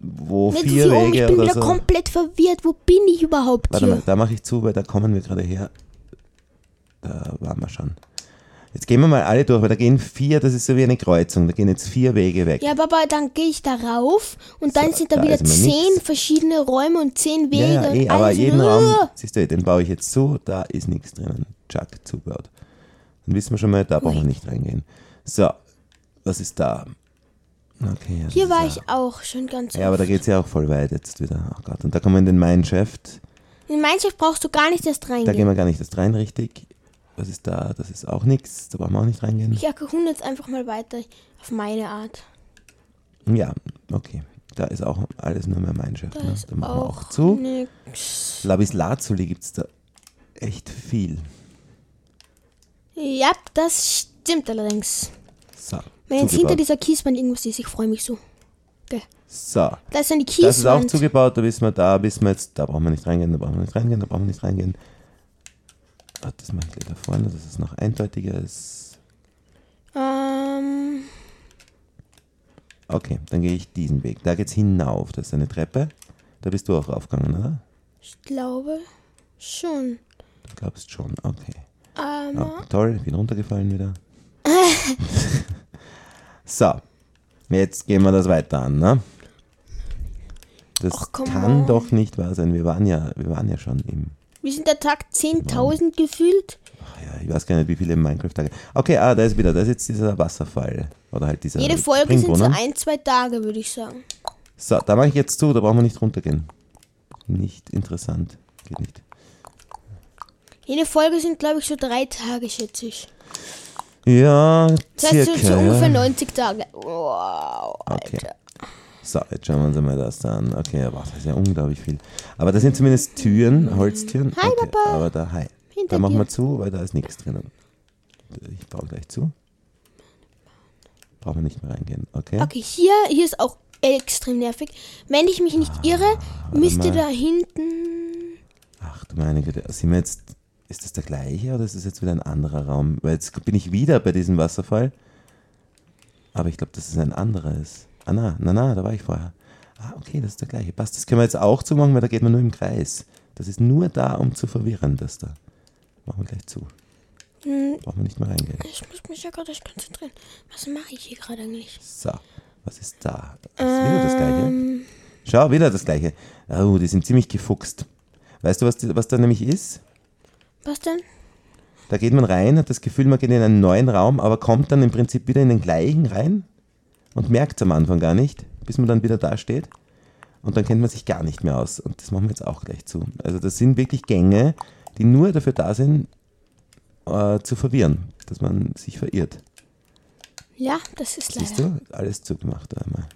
[SPEAKER 2] wo
[SPEAKER 1] Nicht
[SPEAKER 2] vier
[SPEAKER 1] hier oben, ich
[SPEAKER 2] Wege
[SPEAKER 1] bin
[SPEAKER 2] oder
[SPEAKER 1] wieder
[SPEAKER 2] so.
[SPEAKER 1] komplett verwirrt. Wo bin ich überhaupt
[SPEAKER 2] Warte
[SPEAKER 1] hier?
[SPEAKER 2] mal, da mache ich zu, weil da kommen wir gerade her. Da waren wir schon. Jetzt gehen wir mal alle durch, weil da gehen vier, das ist so wie eine Kreuzung, da gehen jetzt vier Wege weg.
[SPEAKER 1] Ja, Papa, dann gehe ich da rauf und dann
[SPEAKER 2] So,
[SPEAKER 1] sind da,
[SPEAKER 2] da
[SPEAKER 1] wieder
[SPEAKER 2] ist immer
[SPEAKER 1] zehn
[SPEAKER 2] nichts.
[SPEAKER 1] verschiedene Räume und zehn Wege. Also
[SPEAKER 2] Ja, ja, eh,
[SPEAKER 1] und
[SPEAKER 2] aber
[SPEAKER 1] alles-
[SPEAKER 2] jeden
[SPEAKER 1] Uah.
[SPEAKER 2] Raum, siehst du, den baue ich jetzt zu, da ist nichts drinnen. Chuck zubaut. Dann wissen wir schon mal, da brauchen wir nicht reingehen. So, was ist da? Okay, ja, das
[SPEAKER 1] Hier
[SPEAKER 2] ist
[SPEAKER 1] war
[SPEAKER 2] auch-
[SPEAKER 1] ich auch schon ganz
[SPEAKER 2] Ja, aber da
[SPEAKER 1] oft.
[SPEAKER 2] geht es ja auch voll weit jetzt wieder. Oh Gott, und da kommen wir in den Mineshaft.
[SPEAKER 1] In Minecraft brauchst du gar nicht erst
[SPEAKER 2] Da gehen
[SPEAKER 1] reingehen.
[SPEAKER 2] wir gar nicht erst rein, richtig. Was ist da? Das ist auch nichts, da brauchen wir auch nicht reingehen.
[SPEAKER 1] Ich erkunde jetzt einfach mal weiter auf meine Art.
[SPEAKER 2] Ja, okay. Da ist auch alles nur mehr Mineshaft.
[SPEAKER 1] Da
[SPEAKER 2] Ne?
[SPEAKER 1] ist
[SPEAKER 2] Da machen wir auch
[SPEAKER 1] auch
[SPEAKER 2] zu.
[SPEAKER 1] nix.
[SPEAKER 2] Labislazuli gibt es da echt viel.
[SPEAKER 1] Ja, das stimmt allerdings.
[SPEAKER 2] So,
[SPEAKER 1] Wenn jetzt
[SPEAKER 2] zugebaut.
[SPEAKER 1] hinter dieser Kieswand irgendwas ist, ich freue mich so. Okay.
[SPEAKER 2] so.
[SPEAKER 1] Da ist dann die
[SPEAKER 2] Das ist auch
[SPEAKER 1] Kieswand.
[SPEAKER 2] zugebaut, da wissen wir, da wissen wir jetzt, da brauchen wir nicht reingehen, da brauchen wir nicht reingehen, da brauchen wir nicht reingehen. Ah, das mache ich gleich da vorne, das ist noch eindeutiger. ist.
[SPEAKER 1] ähm,
[SPEAKER 2] Okay, dann gehe ich diesen Weg. Da geht's hinauf, das ist eine Treppe. Da bist du auch raufgegangen, oder?
[SPEAKER 1] ich glaube schon.
[SPEAKER 2] Du glaubst schon, okay.
[SPEAKER 1] Ähm,
[SPEAKER 2] Ah, toll, ich bin
[SPEAKER 1] <laughs>
[SPEAKER 2] runtergefallen wieder. so, jetzt gehen wir das weiter an, ne? Das
[SPEAKER 1] Ach, come
[SPEAKER 2] kann
[SPEAKER 1] on.
[SPEAKER 2] doch nicht wahr sein. Wir waren ja, wir waren ja schon im.
[SPEAKER 1] wir sind der Tag 10.000 gefühlt.
[SPEAKER 2] Ach ja, ich weiß gar nicht, wie viele Minecraft-Tage. Okay, ah, da ist wieder, da ist jetzt dieser Wasserfall. Oder halt dieser.
[SPEAKER 1] Jede Folge sind so
[SPEAKER 2] Springbrunnen.
[SPEAKER 1] ein, zwei Tage, würde ich sagen.
[SPEAKER 2] So, da mache ich jetzt zu, da brauchen wir nicht runtergehen. Nicht interessant. Geht nicht.
[SPEAKER 1] Jede Folge sind, glaube ich, so drei Tage, schätze ich.
[SPEAKER 2] Ja,
[SPEAKER 1] Das heißt, so,
[SPEAKER 2] circa.
[SPEAKER 1] so ungefähr
[SPEAKER 2] ja.
[SPEAKER 1] 90 Tage. Wow,
[SPEAKER 2] Okay.
[SPEAKER 1] Alter.
[SPEAKER 2] So, jetzt schauen wir uns einmal das da an. Okay, wow, das ist ja unglaublich viel. Aber da sind zumindest Türen, Holztüren.
[SPEAKER 1] Hi,
[SPEAKER 2] okay,
[SPEAKER 1] Papa.
[SPEAKER 2] Aber da, hi.
[SPEAKER 1] Hinter
[SPEAKER 2] da machen
[SPEAKER 1] dir.
[SPEAKER 2] wir zu, weil da ist nichts drinnen. Ich baue gleich zu. Brauchen wir nicht mehr reingehen, okay?
[SPEAKER 1] Okay, hier, hier ist auch extrem nervig. Wenn ich mich nicht irre, müsste
[SPEAKER 2] Ah, mal.
[SPEAKER 1] da hinten.
[SPEAKER 2] Ach du meine Güte, sind wir jetzt, ist das der gleiche oder ist das jetzt wieder ein anderer Raum? Weil jetzt bin ich wieder bei diesem Wasserfall. Aber ich glaube, dass es ein anderer ist. Ah, na, na, na, da war ich vorher. Ah, okay, das ist der gleiche. Passt, das können wir jetzt auch zumachen, weil da geht man nur im Kreis. Das ist nur da, um zu verwirren, das da. Machen wir gleich zu.
[SPEAKER 1] Hm,
[SPEAKER 2] Brauchen wir nicht mehr reingehen.
[SPEAKER 1] Ich muss mich ja gerade echt konzentrieren. Was mache ich hier gerade eigentlich?
[SPEAKER 2] So, was ist da? Das ist wieder das
[SPEAKER 1] Ähm.
[SPEAKER 2] gleiche. Schau, wieder das gleiche. Oh, die sind ziemlich gefuchst. Weißt du, was, die- was da nämlich ist?
[SPEAKER 1] Was denn?
[SPEAKER 2] Da geht man rein, hat das Gefühl, man geht in einen neuen Raum, aber kommt dann im Prinzip wieder in den gleichen rein und merkt es am Anfang gar nicht, bis man dann wieder da steht. Und dann kennt man sich gar nicht mehr aus. Und das machen wir jetzt auch gleich zu. Also das sind wirklich Gänge, die nur dafür da sind, äh, zu verwirren, dass man sich verirrt.
[SPEAKER 1] Ja, das ist
[SPEAKER 2] Siehst
[SPEAKER 1] leider.
[SPEAKER 2] du? Alles zugemacht einmal.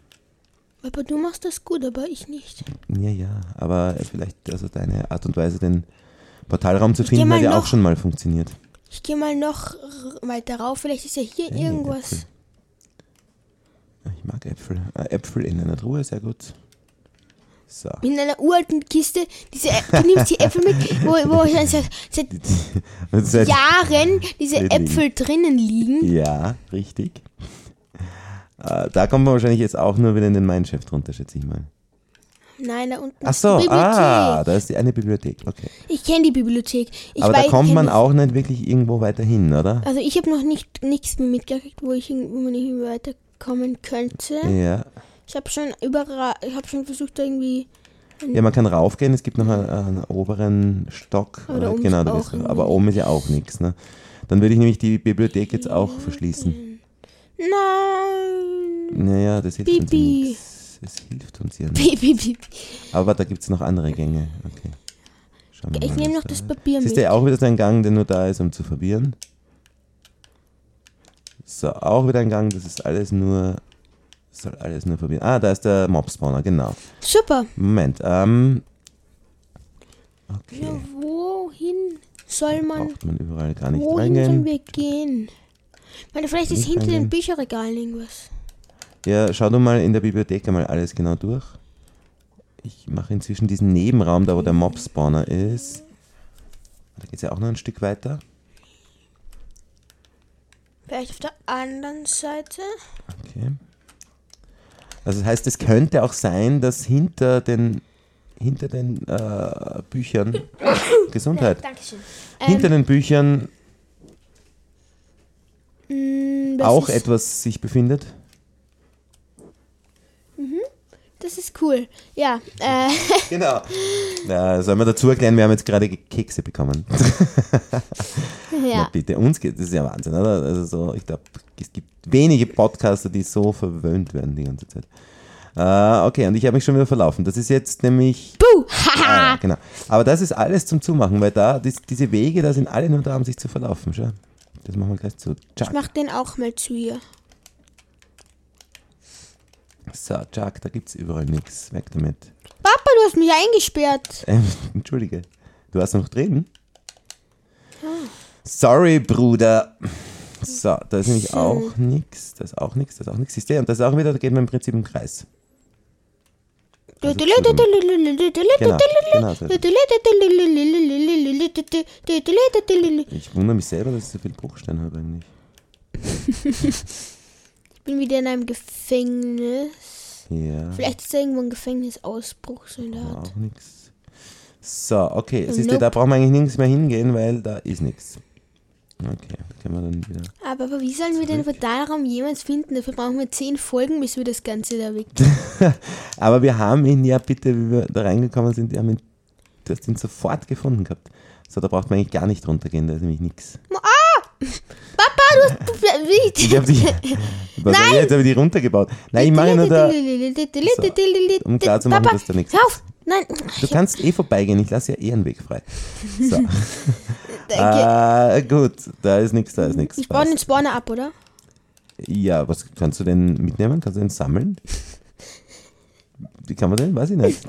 [SPEAKER 1] Aber du machst das gut, aber ich nicht.
[SPEAKER 2] Ja, ja, aber vielleicht also deine Art und Weise, den Portalraum zu finden,
[SPEAKER 1] mal
[SPEAKER 2] hat ja
[SPEAKER 1] noch-
[SPEAKER 2] auch schon mal funktioniert.
[SPEAKER 1] Ich gehe mal noch r- weiter rauf. Vielleicht ist ja hier
[SPEAKER 2] Hey,
[SPEAKER 1] irgendwas.
[SPEAKER 2] Äpfel. Ich mag Äpfel. Äh, Äpfel in einer Truhe, sehr gut. So.
[SPEAKER 1] In einer uralten Kiste. Diese, Ä- du nimmst die Äpfel mit, wo, wo ich dann seit, seit
[SPEAKER 2] <laughs> Und seit-
[SPEAKER 1] Jahren diese
[SPEAKER 2] Drinnen
[SPEAKER 1] Äpfel drinnen liegen.
[SPEAKER 2] ja, richtig. Äh, da kommt man wahrscheinlich jetzt auch nur wieder in den Mineshaft runter, schätze ich mal.
[SPEAKER 1] Nein, da unten
[SPEAKER 2] Ach
[SPEAKER 1] ist die
[SPEAKER 2] so,
[SPEAKER 1] Bibliothek.
[SPEAKER 2] ah, da ist die eine Bibliothek. Okay.
[SPEAKER 1] Ich kenne die Bibliothek. Ich
[SPEAKER 2] Aber da
[SPEAKER 1] weiß-
[SPEAKER 2] kommt
[SPEAKER 1] kenn
[SPEAKER 2] man
[SPEAKER 1] das-
[SPEAKER 2] auch nicht wirklich irgendwo weiter hin, oder?
[SPEAKER 1] Also ich habe noch nicht nichts mitgekriegt, wo ich hin- wo man irgendwie weiterkommen könnte.
[SPEAKER 2] Ja.
[SPEAKER 1] Ich habe schon überall, ich habe schon versucht da irgendwie.
[SPEAKER 2] Ja, man kann raufgehen, es gibt noch einen, einen oberen Stock.
[SPEAKER 1] Aber da oben
[SPEAKER 2] genau,
[SPEAKER 1] ist
[SPEAKER 2] da
[SPEAKER 1] auch
[SPEAKER 2] ist,
[SPEAKER 1] irgendwie
[SPEAKER 2] aber oben ist ja auch nichts. Ne? Dann würde ich nämlich die Bibliothek jetzt auch verschließen.
[SPEAKER 1] Nein.
[SPEAKER 2] Naja, das hilft uns ja
[SPEAKER 1] Pipi.
[SPEAKER 2] nichts. Es hilft uns ja nicht.
[SPEAKER 1] Piep, piep, piep.
[SPEAKER 2] Aber da gibt es noch andere Gänge. Okay. Schauen wir
[SPEAKER 1] Ich
[SPEAKER 2] mal,
[SPEAKER 1] nehme
[SPEAKER 2] was
[SPEAKER 1] noch
[SPEAKER 2] da
[SPEAKER 1] das
[SPEAKER 2] ist.
[SPEAKER 1] Papier
[SPEAKER 2] Siehst
[SPEAKER 1] mit.
[SPEAKER 2] du auch wieder so ein Gang, der nur da ist, um zu verwirren? So, auch wieder ein Gang, das ist alles nur. Das soll alles nur verwirren. Ah, da ist der Mob-Spawner, genau.
[SPEAKER 1] Super.
[SPEAKER 2] Moment, ähm. Okay.
[SPEAKER 1] Ja, wohin soll man,
[SPEAKER 2] Braucht man überall gar nicht
[SPEAKER 1] wohin sollen
[SPEAKER 2] reingehen.
[SPEAKER 1] wir gehen? Ich meine, vielleicht ist
[SPEAKER 2] Nicht
[SPEAKER 1] hinter den
[SPEAKER 2] reingehen.
[SPEAKER 1] Bücherregalen irgendwas.
[SPEAKER 2] Ja, schau du mal in der Bibliothek einmal alles genau durch. Ich mache inzwischen diesen Nebenraum, da wo der Mob-Spawner ist. Da geht es ja auch noch ein Stück weiter.
[SPEAKER 1] Vielleicht auf der anderen Seite?
[SPEAKER 2] Okay. Also das heißt, es könnte auch sein, dass hinter den, hinter den äh,
[SPEAKER 1] <coughs>
[SPEAKER 2] Büchern Gesundheit,
[SPEAKER 1] Dankeschön.
[SPEAKER 2] hinter den Büchern
[SPEAKER 1] Mm, das
[SPEAKER 2] auch
[SPEAKER 1] ist,
[SPEAKER 2] etwas
[SPEAKER 1] <laughs>
[SPEAKER 2] sich befindet.
[SPEAKER 1] Das ist cool. Ja, äh,
[SPEAKER 2] Genau. Ja, sollen wir dazu erklären, wir haben jetzt gerade Kekse bekommen. Na
[SPEAKER 1] ja.
[SPEAKER 2] <laughs> bitte, uns geht, das ist ja Wahnsinn, oder? Also so, ich glaube, es gibt wenige Podcaster, die so verwöhnt werden die ganze Zeit. Äh, okay, und ich habe mich schon wieder verlaufen. Das ist jetzt nämlich
[SPEAKER 1] Buh!
[SPEAKER 2] Ah,
[SPEAKER 1] Haha!
[SPEAKER 2] genau. Aber das ist alles zum Zumachen, weil da, dies, diese Wege, da sind alle nur da, um sich zu verlaufen. Schau. Das machen wir gleich zu.
[SPEAKER 1] Ich
[SPEAKER 2] Chuck.
[SPEAKER 1] mach den auch mal zu ihr.
[SPEAKER 2] So, Chuck, da gibt's überall nichts. Weg damit.
[SPEAKER 1] Papa, du hast mich eingesperrt.
[SPEAKER 2] Ähm, <laughs> Entschuldige. Du warst noch drin? Sorry, Bruder. So, da ist nämlich
[SPEAKER 1] So.
[SPEAKER 2] auch nichts. Da ist auch nichts, da ist auch nichts. Siehst du, und das ist auch wieder, da geht man im Prinzip im Kreis. Also zusammen. Genau, genau so.
[SPEAKER 1] Ich
[SPEAKER 2] Ich wundere mich selber, dass ich so viel Bruchstein habe eigentlich.
[SPEAKER 1] bin wieder in einem Gefängnis.
[SPEAKER 2] Ja.
[SPEAKER 1] Vielleicht ist da irgendwo ein Gefängnisausbruch so in der Art.
[SPEAKER 2] Auch nichts. So, okay. Siehst du,
[SPEAKER 1] Nope.
[SPEAKER 2] da brauchen wir eigentlich nirgends mehr hingehen, weil da ist nichts. Okay, da können wir dann wieder.
[SPEAKER 1] Aber wie sollen wir den Portalraum jemals finden? Dafür brauchen wir zehn Folgen, bis wir das Ganze da weg.
[SPEAKER 2] Aber wir haben ihn ja bitte, wie wir da reingekommen sind, wir haben ihn, du hast ihn sofort gefunden gehabt. So, da braucht man eigentlich gar nicht runtergehen, da ist nämlich nichts.
[SPEAKER 1] Papa, du hast.
[SPEAKER 2] Ich
[SPEAKER 1] <laughs>
[SPEAKER 2] habe dich. Was Nein! Jetzt habe ich die runtergebaut. Nein, ich mache nur da.
[SPEAKER 1] da.
[SPEAKER 2] um klarzumachen,
[SPEAKER 1] Papa,
[SPEAKER 2] dass da nichts
[SPEAKER 1] hör auf! Nein,
[SPEAKER 2] Du kannst eh vorbeigehen, ich lasse ja eh einen Weg frei.
[SPEAKER 1] <laughs>
[SPEAKER 2] So.
[SPEAKER 1] danke.
[SPEAKER 2] <laughs> Ah, gut, da ist nichts, da ist nichts.
[SPEAKER 1] Ich baue
[SPEAKER 2] Passt.
[SPEAKER 1] den Spawner ab, oder?
[SPEAKER 2] Ja, was kannst du denn mitnehmen? Kannst du den sammeln? Wie kann man den? Weiß
[SPEAKER 1] <laughs>
[SPEAKER 2] ich nicht.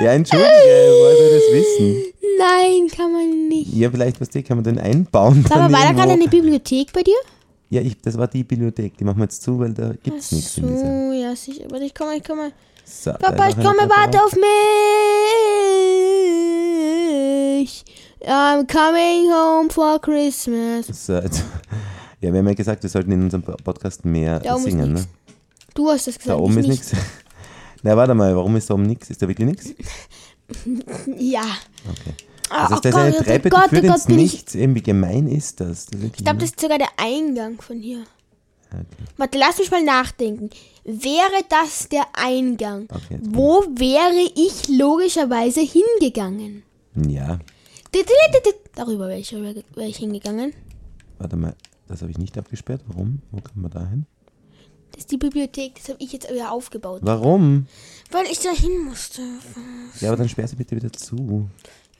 [SPEAKER 2] ja, entschuldige, ich wollte das wissen.
[SPEAKER 1] Nein, kann man nicht.
[SPEAKER 2] Ja, vielleicht, was die, kann man den einbauen?
[SPEAKER 1] Papa,
[SPEAKER 2] dann
[SPEAKER 1] war da gerade
[SPEAKER 2] irgendwo?
[SPEAKER 1] eine Bibliothek bei dir?
[SPEAKER 2] ja, ich, das war die Bibliothek. Die machen wir jetzt zu, weil da gibt es nichts in dieser.
[SPEAKER 1] So, ja, sicher. Warte, ich komme, ich komme.
[SPEAKER 2] So, da
[SPEAKER 1] Papa,
[SPEAKER 2] ist
[SPEAKER 1] ich
[SPEAKER 2] noch eine
[SPEAKER 1] komme,
[SPEAKER 2] Treppe
[SPEAKER 1] warte
[SPEAKER 2] rauf.
[SPEAKER 1] auf mich. I'm coming home for Christmas.
[SPEAKER 2] So, jetzt, <laughs> ja, wir haben ja gesagt, wir sollten in unserem Podcast mehr
[SPEAKER 1] Da oben ist
[SPEAKER 2] singen. Ne?
[SPEAKER 1] nichts. Du hast das gesagt.
[SPEAKER 2] Da oben
[SPEAKER 1] ich
[SPEAKER 2] ist
[SPEAKER 1] nicht.
[SPEAKER 2] nichts. <laughs> Na, warte mal, warum ist da oben nichts? Ist da wirklich nichts?
[SPEAKER 1] Ja.
[SPEAKER 2] Okay.
[SPEAKER 1] Ah, oh
[SPEAKER 2] Also, ist das eine
[SPEAKER 1] Gott, oh
[SPEAKER 2] Treppe,
[SPEAKER 1] Gott,
[SPEAKER 2] die führt
[SPEAKER 1] oh
[SPEAKER 2] ins
[SPEAKER 1] Gott, bin ich-
[SPEAKER 2] Nichts? Eben, wie gemein ist das? das
[SPEAKER 1] Ich glaube, das ist sogar der Eingang von hier.
[SPEAKER 2] Okay.
[SPEAKER 1] Warte, lass mich mal nachdenken. Wäre das der Eingang?
[SPEAKER 2] Okay, jetzt
[SPEAKER 1] Wo wäre ich logischerweise hingegangen?
[SPEAKER 2] Ja,
[SPEAKER 1] Darüber wäre ich, wäre ich hingegangen.
[SPEAKER 2] warte mal, das habe ich nicht abgesperrt. Warum? Wo kann man da hin?
[SPEAKER 1] Das ist die Bibliothek, das habe ich jetzt wieder aufgebaut.
[SPEAKER 2] Warum?
[SPEAKER 1] Weil ich da hin musste.
[SPEAKER 2] Ja, aber dann sperr sie bitte wieder zu.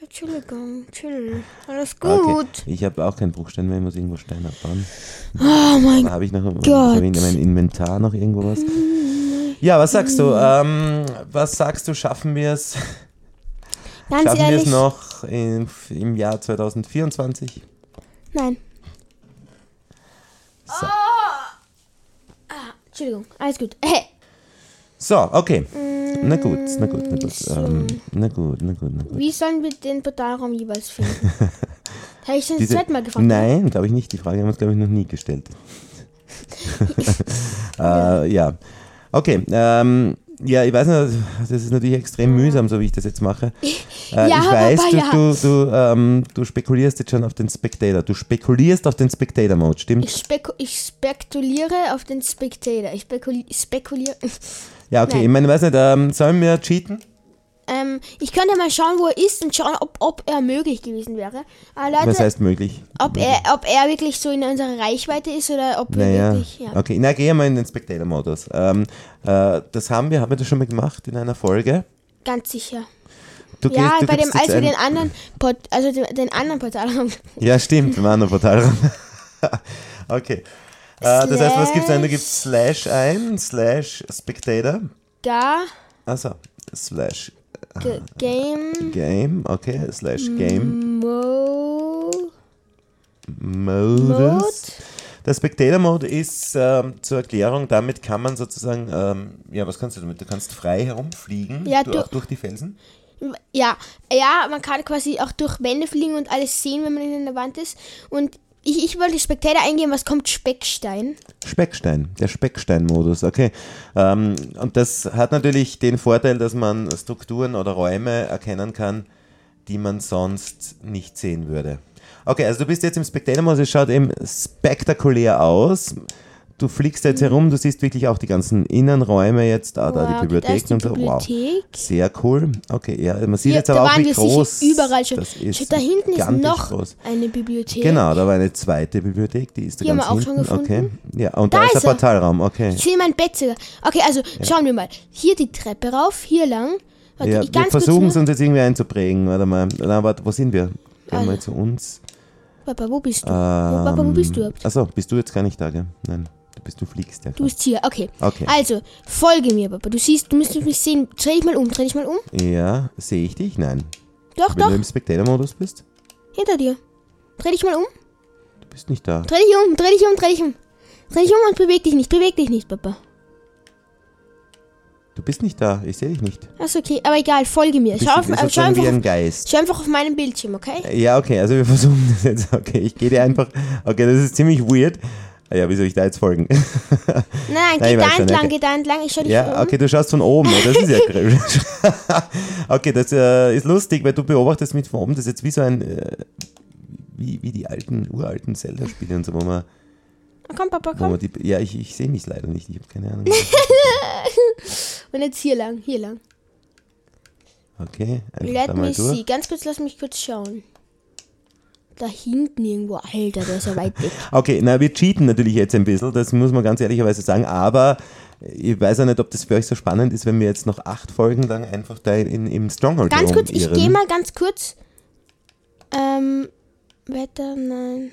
[SPEAKER 1] Entschuldigung, chill. Alles
[SPEAKER 2] Ah,
[SPEAKER 1] gut.
[SPEAKER 2] Ich habe auch keinen Bruchstein mehr, ich muss irgendwo Stein abbauen.
[SPEAKER 1] Oh mein
[SPEAKER 2] Da habe ich noch ich
[SPEAKER 1] Gott.
[SPEAKER 2] hab in meinem Inventar noch irgendwo was. Ja, was sagst du? Ähm, was sagst du, schaffen wir es?
[SPEAKER 1] Ganz
[SPEAKER 2] Schaffen wir es
[SPEAKER 1] ehrlich.
[SPEAKER 2] noch in, im Jahr 2024?
[SPEAKER 1] Nein.
[SPEAKER 2] So.
[SPEAKER 1] Ah. Entschuldigung, alles gut. <laughs> Äh, Hey.
[SPEAKER 2] So, okay. Na gut, na gut, na gut.
[SPEAKER 1] so.
[SPEAKER 2] Ähm, na gut, na gut, na gut.
[SPEAKER 1] Wie sollen wir den Portalraum jeweils finden?
[SPEAKER 2] <laughs>
[SPEAKER 1] Habe ich schon das
[SPEAKER 2] Diese-
[SPEAKER 1] zweite Mal gefragt. ne?
[SPEAKER 2] Nein, glaube ich nicht. Die Frage haben wir uns, glaube ich, noch nie gestellt.
[SPEAKER 1] <laughs>
[SPEAKER 2] äh, ja. Okay. Ähm, ja, ich weiß nicht, das ist natürlich extrem mühsam, so wie ich das jetzt mache.
[SPEAKER 1] <laughs>
[SPEAKER 2] Äh,
[SPEAKER 1] Ja,
[SPEAKER 2] ich weiß,
[SPEAKER 1] aber
[SPEAKER 2] du,
[SPEAKER 1] ja.
[SPEAKER 2] du, du, ähm, du spekulierst jetzt schon auf den Spectator. Du spekulierst auf den Spectator-Mode, stimmt?
[SPEAKER 1] Ich, speku ich spekuliere auf den Spectator. Ich spekuli spekuliere.
[SPEAKER 2] Ja, okay.
[SPEAKER 1] Nein.
[SPEAKER 2] Ich meine, ich weiß nicht, ähm, sollen wir cheaten?
[SPEAKER 1] <laughs> ähm, ich könnte mal schauen, wo er ist und schauen, ob, ob er möglich gewesen wäre. Aber Leute,
[SPEAKER 2] Was heißt möglich?
[SPEAKER 1] ob, er, ob er wirklich so in unserer Reichweite ist oder ob wir
[SPEAKER 2] Naja,
[SPEAKER 1] wirklich. Ja.
[SPEAKER 2] okay. Na, geh mal in den Spectator-Modus. Ähm, äh, das haben wir, haben wir das schon mal gemacht in einer Folge.
[SPEAKER 1] Ganz sicher.
[SPEAKER 2] Du
[SPEAKER 1] Ja,
[SPEAKER 2] gehst, du
[SPEAKER 1] bei dem,
[SPEAKER 2] gibst jetzt
[SPEAKER 1] als wir
[SPEAKER 2] ein-
[SPEAKER 1] den anderen, Pod, also den, den anderen also, Portal haben.
[SPEAKER 2] Ja, stimmt, im anderen Portal. <laughs> okay. Äh, das heißt, was gibt's ein? Du gibst Slash ein, Slash Spectator.
[SPEAKER 1] <laughs> Da,
[SPEAKER 2] Achso, Slash
[SPEAKER 1] G Game
[SPEAKER 2] Game, okay, Slash
[SPEAKER 1] Mhm.
[SPEAKER 2] Game
[SPEAKER 1] Mode.
[SPEAKER 2] Mode. Der Spectator Mode ist ähm, zur Erklärung, damit kann man sozusagen, ähm, ja, was kannst du damit? Du kannst frei herumfliegen,
[SPEAKER 1] Ja,
[SPEAKER 2] du,
[SPEAKER 1] du-
[SPEAKER 2] auch durch die Felsen.
[SPEAKER 1] Ja, ja, man kann quasi auch durch Wände fliegen und alles sehen, wenn man in der Wand ist. Und ich, ich wollte Spectator eingeben, was kommt Speckstein?
[SPEAKER 2] Speckstein, der Speckstein-Modus, okay. Ähm, und das hat natürlich den Vorteil, dass man Strukturen oder Räume erkennen kann, die man sonst nicht sehen würde. Okay, also du bist jetzt im Spectator-Modus, es schaut eben spektakulär aus. Du fliegst jetzt herum, du siehst wirklich auch die ganzen Innenräume jetzt, ah, da die
[SPEAKER 1] okay, da
[SPEAKER 2] Bibliotheken
[SPEAKER 1] ist die
[SPEAKER 2] und so, wow.
[SPEAKER 1] Bibliothek.
[SPEAKER 2] Sehr cool. Okay, ja, man sieht
[SPEAKER 1] Hier,
[SPEAKER 2] jetzt aber auch,
[SPEAKER 1] waren
[SPEAKER 2] wie
[SPEAKER 1] wir
[SPEAKER 2] groß.
[SPEAKER 1] sicher überall schon.
[SPEAKER 2] Das ist
[SPEAKER 1] Schau, da hinten ist
[SPEAKER 2] gigantisch
[SPEAKER 1] noch
[SPEAKER 2] Groß.
[SPEAKER 1] eine Bibliothek.
[SPEAKER 2] Genau, da war eine zweite Bibliothek, die ist da
[SPEAKER 1] Die haben
[SPEAKER 2] ganz
[SPEAKER 1] wir auch
[SPEAKER 2] hinten.
[SPEAKER 1] schon gefunden.
[SPEAKER 2] Okay. Ja, und da,
[SPEAKER 1] Da
[SPEAKER 2] ist der
[SPEAKER 1] ist er.
[SPEAKER 2] Portalraum. Okay.
[SPEAKER 1] Ich sehe mein Bett sogar. Okay, also schauen wir mal. Hier die Treppe rauf, hier lang. Warte,
[SPEAKER 2] Ja,
[SPEAKER 1] ich
[SPEAKER 2] wir
[SPEAKER 1] ganz kurz
[SPEAKER 2] versuchen
[SPEAKER 1] nur-
[SPEAKER 2] es uns jetzt irgendwie einzuprägen. Warte mal. Na, warte, wo sind wir? Gehen wir zu uns.
[SPEAKER 1] Papa, wo bist du? Wo- Ah. Papa, wo bist du überhaupt?
[SPEAKER 2] Achso, bist du jetzt gar nicht da, gell? Nein. Du bist, du fliegst ja.
[SPEAKER 1] Du bist hier, okay.
[SPEAKER 2] Okay.
[SPEAKER 1] Also, folge mir, Papa. Du siehst, du müsstest mich sehen. Dreh dich mal um, dreh dich mal um.
[SPEAKER 2] Ja, sehe ich dich? Nein.
[SPEAKER 1] Doch,
[SPEAKER 2] Wenn
[SPEAKER 1] doch,
[SPEAKER 2] du im Spectator-Modus bist,
[SPEAKER 1] hinter dir. Dreh dich mal um.
[SPEAKER 2] du bist nicht da.
[SPEAKER 1] Dreh dich um, dreh dich um, dreh dich um. Dreh dich um und beweg dich nicht, beweg dich nicht, Papa.
[SPEAKER 2] Du bist nicht da. Ich sehe dich nicht. Du
[SPEAKER 1] Achso, okay, aber egal, folge mir.
[SPEAKER 2] bist
[SPEAKER 1] Schau, auf,
[SPEAKER 2] du bist
[SPEAKER 1] äh, schau,
[SPEAKER 2] sozusagen
[SPEAKER 1] einfach,
[SPEAKER 2] wie ein
[SPEAKER 1] auf,
[SPEAKER 2] Geist.
[SPEAKER 1] schau einfach auf meinem Bildschirm, okay?
[SPEAKER 2] Ja, okay, also wir <laughs> versuchen das jetzt. Okay, ich gehe dir einfach. Okay, das ist ziemlich weird. Ah Ja, wie soll ich da jetzt folgen?
[SPEAKER 1] Nein, nein,
[SPEAKER 2] Nein, ich
[SPEAKER 1] geh
[SPEAKER 2] weiß
[SPEAKER 1] da
[SPEAKER 2] schon,
[SPEAKER 1] entlang,
[SPEAKER 2] okay.
[SPEAKER 1] geh da entlang. Ich schau dich
[SPEAKER 2] Ja,
[SPEAKER 1] um.
[SPEAKER 2] okay, du schaust von oben. Das
[SPEAKER 1] <laughs>
[SPEAKER 2] ist ja cringe. <laughs> Okay, das äh, ist lustig, weil du beobachtest mit von oben. Das ist jetzt wie so ein. Äh, wie, wie die alten, uralten Zelda-Spiele und so, wo man.
[SPEAKER 1] Komm, Papa,
[SPEAKER 2] Wo
[SPEAKER 1] komm.
[SPEAKER 2] man die, ja, ich, ich sehe mich leider nicht. Ich habe keine Ahnung.
[SPEAKER 1] Und jetzt hier lang, hier lang.
[SPEAKER 2] Okay, einfach da
[SPEAKER 1] Let
[SPEAKER 2] mal
[SPEAKER 1] me
[SPEAKER 2] durch.
[SPEAKER 1] see. Ganz kurz, lass mich kurz schauen. Da hinten irgendwo. Alter, der ist ja weit weg.
[SPEAKER 2] Okay, na, wir cheaten natürlich jetzt ein bisschen, das muss man ganz ehrlicherweise sagen, aber ich weiß ja nicht, ob das für euch so spannend ist, wenn wir jetzt noch acht Folgen lang einfach da in, im Stronghold
[SPEAKER 1] Ganz kurz, ich
[SPEAKER 2] rumirren.
[SPEAKER 1] gehe mal ganz kurz. Ähm, Wetter, nein.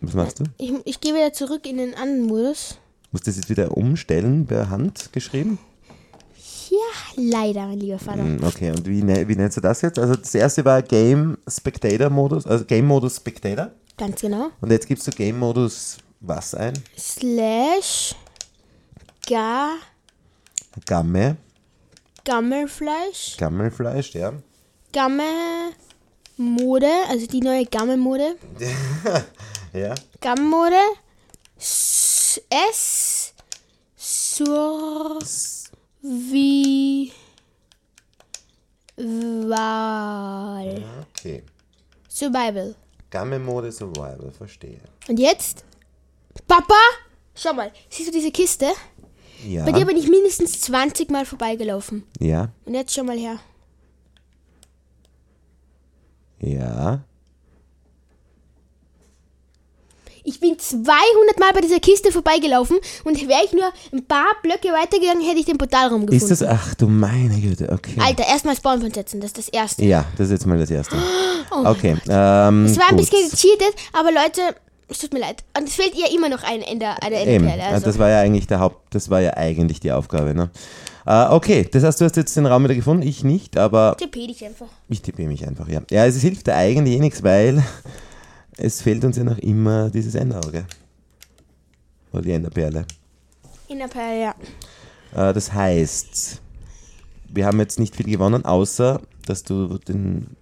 [SPEAKER 2] Was machst du?
[SPEAKER 1] Ich, ich gehe wieder zurück in den anderen Modus.
[SPEAKER 2] Musst du das jetzt wieder umstellen, per Hand geschrieben?
[SPEAKER 1] Ja, leider, mein lieber Vater.
[SPEAKER 2] Hm, Okay, und wie, ne- wie nennst du das jetzt? Also das erste war Game Spectator Modus, also Game Modus Spectator.
[SPEAKER 1] Ganz genau.
[SPEAKER 2] Und jetzt gibst du Game Modus was ein?
[SPEAKER 1] Slash Ga
[SPEAKER 2] Gamme,
[SPEAKER 1] Gammelfleisch.
[SPEAKER 2] Gammelfleisch, ja.
[SPEAKER 1] Gamme Mode, also die neue Gammelmode.
[SPEAKER 2] Ja.
[SPEAKER 1] Gammode S S- Sur wie Wahl.
[SPEAKER 2] Okay.
[SPEAKER 1] Survival.
[SPEAKER 2] Gamme Mode Survival, verstehe.
[SPEAKER 1] Und jetzt? Papa? Schau mal, siehst du diese Kiste?
[SPEAKER 2] Ja.
[SPEAKER 1] Bei dir bin ich mindestens 20 Mal vorbeigelaufen.
[SPEAKER 2] ja.
[SPEAKER 1] Und jetzt schau mal her.
[SPEAKER 2] Ja.
[SPEAKER 1] Ich bin 200 Mal bei dieser Kiste vorbeigelaufen und wäre ich nur ein paar Blöcke weitergegangen, hätte ich den Portalraum gefunden.
[SPEAKER 2] Ist das. Ach du meine Güte, okay.
[SPEAKER 1] Alter, erstmal Spawnpunkt setzen, das ist das Erste.
[SPEAKER 2] Ja, das ist jetzt mal das Erste.
[SPEAKER 1] Oh mein
[SPEAKER 2] Okay. Ähm,
[SPEAKER 1] Es war ein
[SPEAKER 2] gut.
[SPEAKER 1] bisschen gecheatet, aber Leute, es tut mir leid. Und es fehlt ihr immer noch ein Ender, eine
[SPEAKER 2] Eben,
[SPEAKER 1] Enderperle. Also.
[SPEAKER 2] das war ja eigentlich der Haupt, das war ja eigentlich die Aufgabe, ne? Äh, okay, das heißt, du hast jetzt den Raum wieder gefunden, ich nicht, aber
[SPEAKER 1] Tippe dich einfach.
[SPEAKER 2] ich tippe mich einfach, ja. Ja, es hilft eigentlich eh nichts, weil es fehlt uns ja noch immer dieses Endauge. Oder die Enderperle.
[SPEAKER 1] Enderperle, ja.
[SPEAKER 2] Äh, das heißt, wir haben jetzt nicht viel gewonnen, außer dass du den,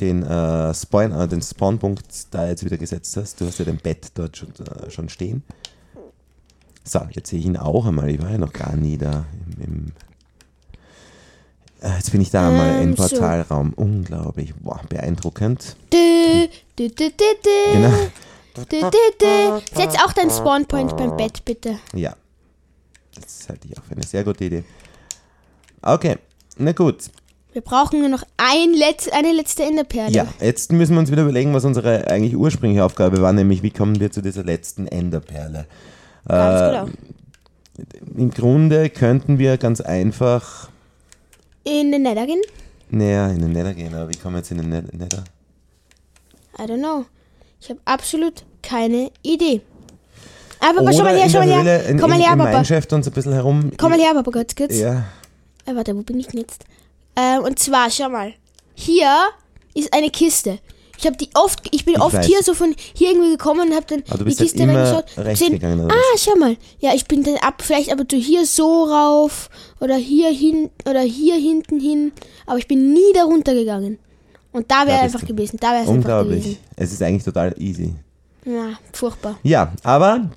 [SPEAKER 2] den, äh, Spawn, äh, den Spawnpunkt da jetzt wieder gesetzt hast. Du hast ja dein Bett dort schon, äh, schon stehen. So, jetzt sehe ich ihn auch einmal. Ich war ja noch gar nie da. Im, im äh, jetzt bin ich da einmal
[SPEAKER 1] Ähm,
[SPEAKER 2] im
[SPEAKER 1] so.
[SPEAKER 2] Portalraum. Unglaublich. Boah, beeindruckend.
[SPEAKER 1] Dü, dü, dü, dü, dü.
[SPEAKER 2] Genau.
[SPEAKER 1] Dü, dü, dü. Setz auch deinen Spawnpoint beim Bett, bitte.
[SPEAKER 2] Ja. Das halte ich auch für eine sehr gute Idee. Okay, na gut.
[SPEAKER 1] Wir brauchen nur noch ein Letz eine letzte Enderperle.
[SPEAKER 2] Ja, jetzt müssen wir uns wieder überlegen, was unsere eigentlich ursprüngliche Aufgabe war, nämlich wie kommen wir zu dieser letzten Enderperle.
[SPEAKER 1] Ganz
[SPEAKER 2] Äh,
[SPEAKER 1] genau.
[SPEAKER 2] Im Grunde könnten wir ganz einfach
[SPEAKER 1] In den Nether gehen.
[SPEAKER 2] Naja, in den Nether gehen, aber wie kommen wir jetzt in den Net- Nether?
[SPEAKER 1] I don't know. Ich habe absolut keine Idee. Aber aber
[SPEAKER 2] Oder
[SPEAKER 1] schau mal her,
[SPEAKER 2] in
[SPEAKER 1] schau
[SPEAKER 2] der
[SPEAKER 1] mal
[SPEAKER 2] Höhle,
[SPEAKER 1] her.
[SPEAKER 2] in,
[SPEAKER 1] Komm mal
[SPEAKER 2] in,
[SPEAKER 1] her,
[SPEAKER 2] in
[SPEAKER 1] Papa.
[SPEAKER 2] Mineshaft uns ein bisschen herum.
[SPEAKER 1] Komm mal her, Papa, kurz, kurz.
[SPEAKER 2] Ja,
[SPEAKER 1] Äh, warte, wo bin ich denn jetzt? Äh, und zwar, schau mal. Hier ist eine Kiste. Ich habe die oft, ich bin
[SPEAKER 2] Ich
[SPEAKER 1] oft
[SPEAKER 2] weiß.
[SPEAKER 1] hier so von hier irgendwie gekommen und habe dann
[SPEAKER 2] aber du bist
[SPEAKER 1] die
[SPEAKER 2] halt
[SPEAKER 1] Kiste
[SPEAKER 2] immer
[SPEAKER 1] reingeschaut.
[SPEAKER 2] rechts
[SPEAKER 1] gesehen,
[SPEAKER 2] gegangen. Oder?
[SPEAKER 1] ah, schau mal. Ja, ich bin dann ab, vielleicht aber zu hier so rauf oder hier hin oder hier hinten hin. Aber ich bin nie darunter gegangen. Und da wäre
[SPEAKER 2] Da bist
[SPEAKER 1] einfach
[SPEAKER 2] du.
[SPEAKER 1] gewesen. Da wäre es einfach gewesen.
[SPEAKER 2] Unglaublich. Es ist eigentlich total easy.
[SPEAKER 1] Ja, furchtbar.
[SPEAKER 2] Ja, aber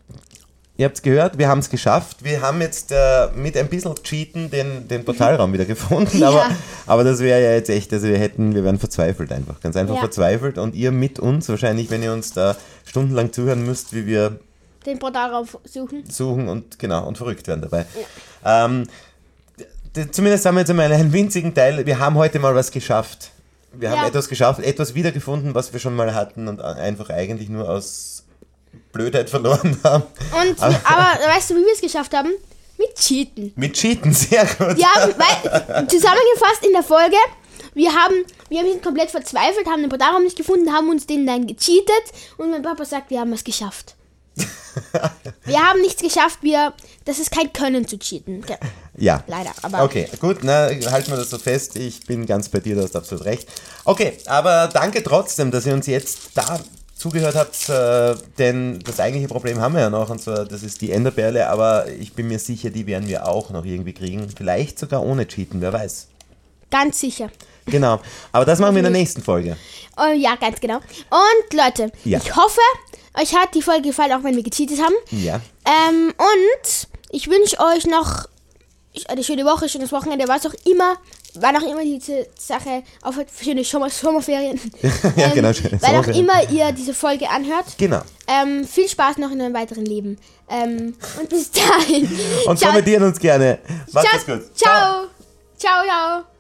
[SPEAKER 2] ihr habt es gehört, wir haben es geschafft. Wir haben jetzt äh, mit ein bisschen Cheaten den, den Portalraum wieder gefunden.
[SPEAKER 1] <laughs> Ja.
[SPEAKER 2] Aber, aber das wäre ja jetzt echt, also wir hätten, wir wären verzweifelt einfach. Ganz einfach
[SPEAKER 1] Ja.
[SPEAKER 2] verzweifelt. Und ihr mit uns, wahrscheinlich, wenn ihr uns da stundenlang zuhören müsst, wie wir
[SPEAKER 1] Den Portal rauf suchen.
[SPEAKER 2] suchen und genau und verrückt werden dabei. Ähm, d- d- zumindest haben wir jetzt einmal einen winzigen Teil. Wir haben heute mal was geschafft. Wir haben
[SPEAKER 1] Ja.
[SPEAKER 2] etwas geschafft, etwas wiedergefunden, was wir schon mal hatten und a- einfach eigentlich nur aus Blödheit verloren haben.
[SPEAKER 1] Und
[SPEAKER 2] Ah.
[SPEAKER 1] wir, aber weißt du, wie wir es geschafft haben? Mit Cheaten.
[SPEAKER 2] Mit Cheaten, <laughs> sehr gut.
[SPEAKER 1] Wir haben, weil, zusammengefasst in der Folge, wir haben, wir haben ihn komplett verzweifelt, haben den Portalraum nicht gefunden, haben uns den dann gecheatet und mein Papa sagt, wir haben es geschafft. wir haben nichts geschafft, wir, das ist kein Können zu cheaten. Ge-
[SPEAKER 2] Ja.
[SPEAKER 1] Leider, aber-
[SPEAKER 2] Okay, gut, na, halten wir das so fest. Ich bin ganz bei dir, du hast absolut recht. Okay, aber danke trotzdem, dass ihr uns jetzt da zugehört habt, äh, denn das eigentliche Problem haben wir ja noch, und zwar, das ist die Enderperle, aber ich bin mir sicher, die werden wir auch noch irgendwie kriegen. Vielleicht sogar ohne Cheaten, wer weiß.
[SPEAKER 1] Ganz sicher.
[SPEAKER 2] Genau, aber das machen wir in
[SPEAKER 1] Mhm.
[SPEAKER 2] der nächsten Folge.
[SPEAKER 1] Oh, ja, ganz genau. Und Leute,
[SPEAKER 2] Ja.
[SPEAKER 1] ich hoffe, euch hat die Folge gefallen, auch wenn wir gecheatet haben.
[SPEAKER 2] Ja.
[SPEAKER 1] Ähm, und ich wünsche euch noch eine schöne Woche, schönes Wochenende, was auch immer. Wann auch immer diese Sache auf schöne Sommer- Sommerferien.
[SPEAKER 2] <laughs> Ja,
[SPEAKER 1] Ähm,
[SPEAKER 2] genau, schön.
[SPEAKER 1] Wann auch immer ihr diese Folge anhört.
[SPEAKER 2] Genau.
[SPEAKER 1] Ähm, viel Spaß noch in eurem weiteren Leben. Ähm, und bis dahin.
[SPEAKER 2] Und
[SPEAKER 1] ciao,
[SPEAKER 2] kommentieren uns gerne. Macht's
[SPEAKER 1] ciao,
[SPEAKER 2] gut.
[SPEAKER 1] Ciao. Ciao, ciao.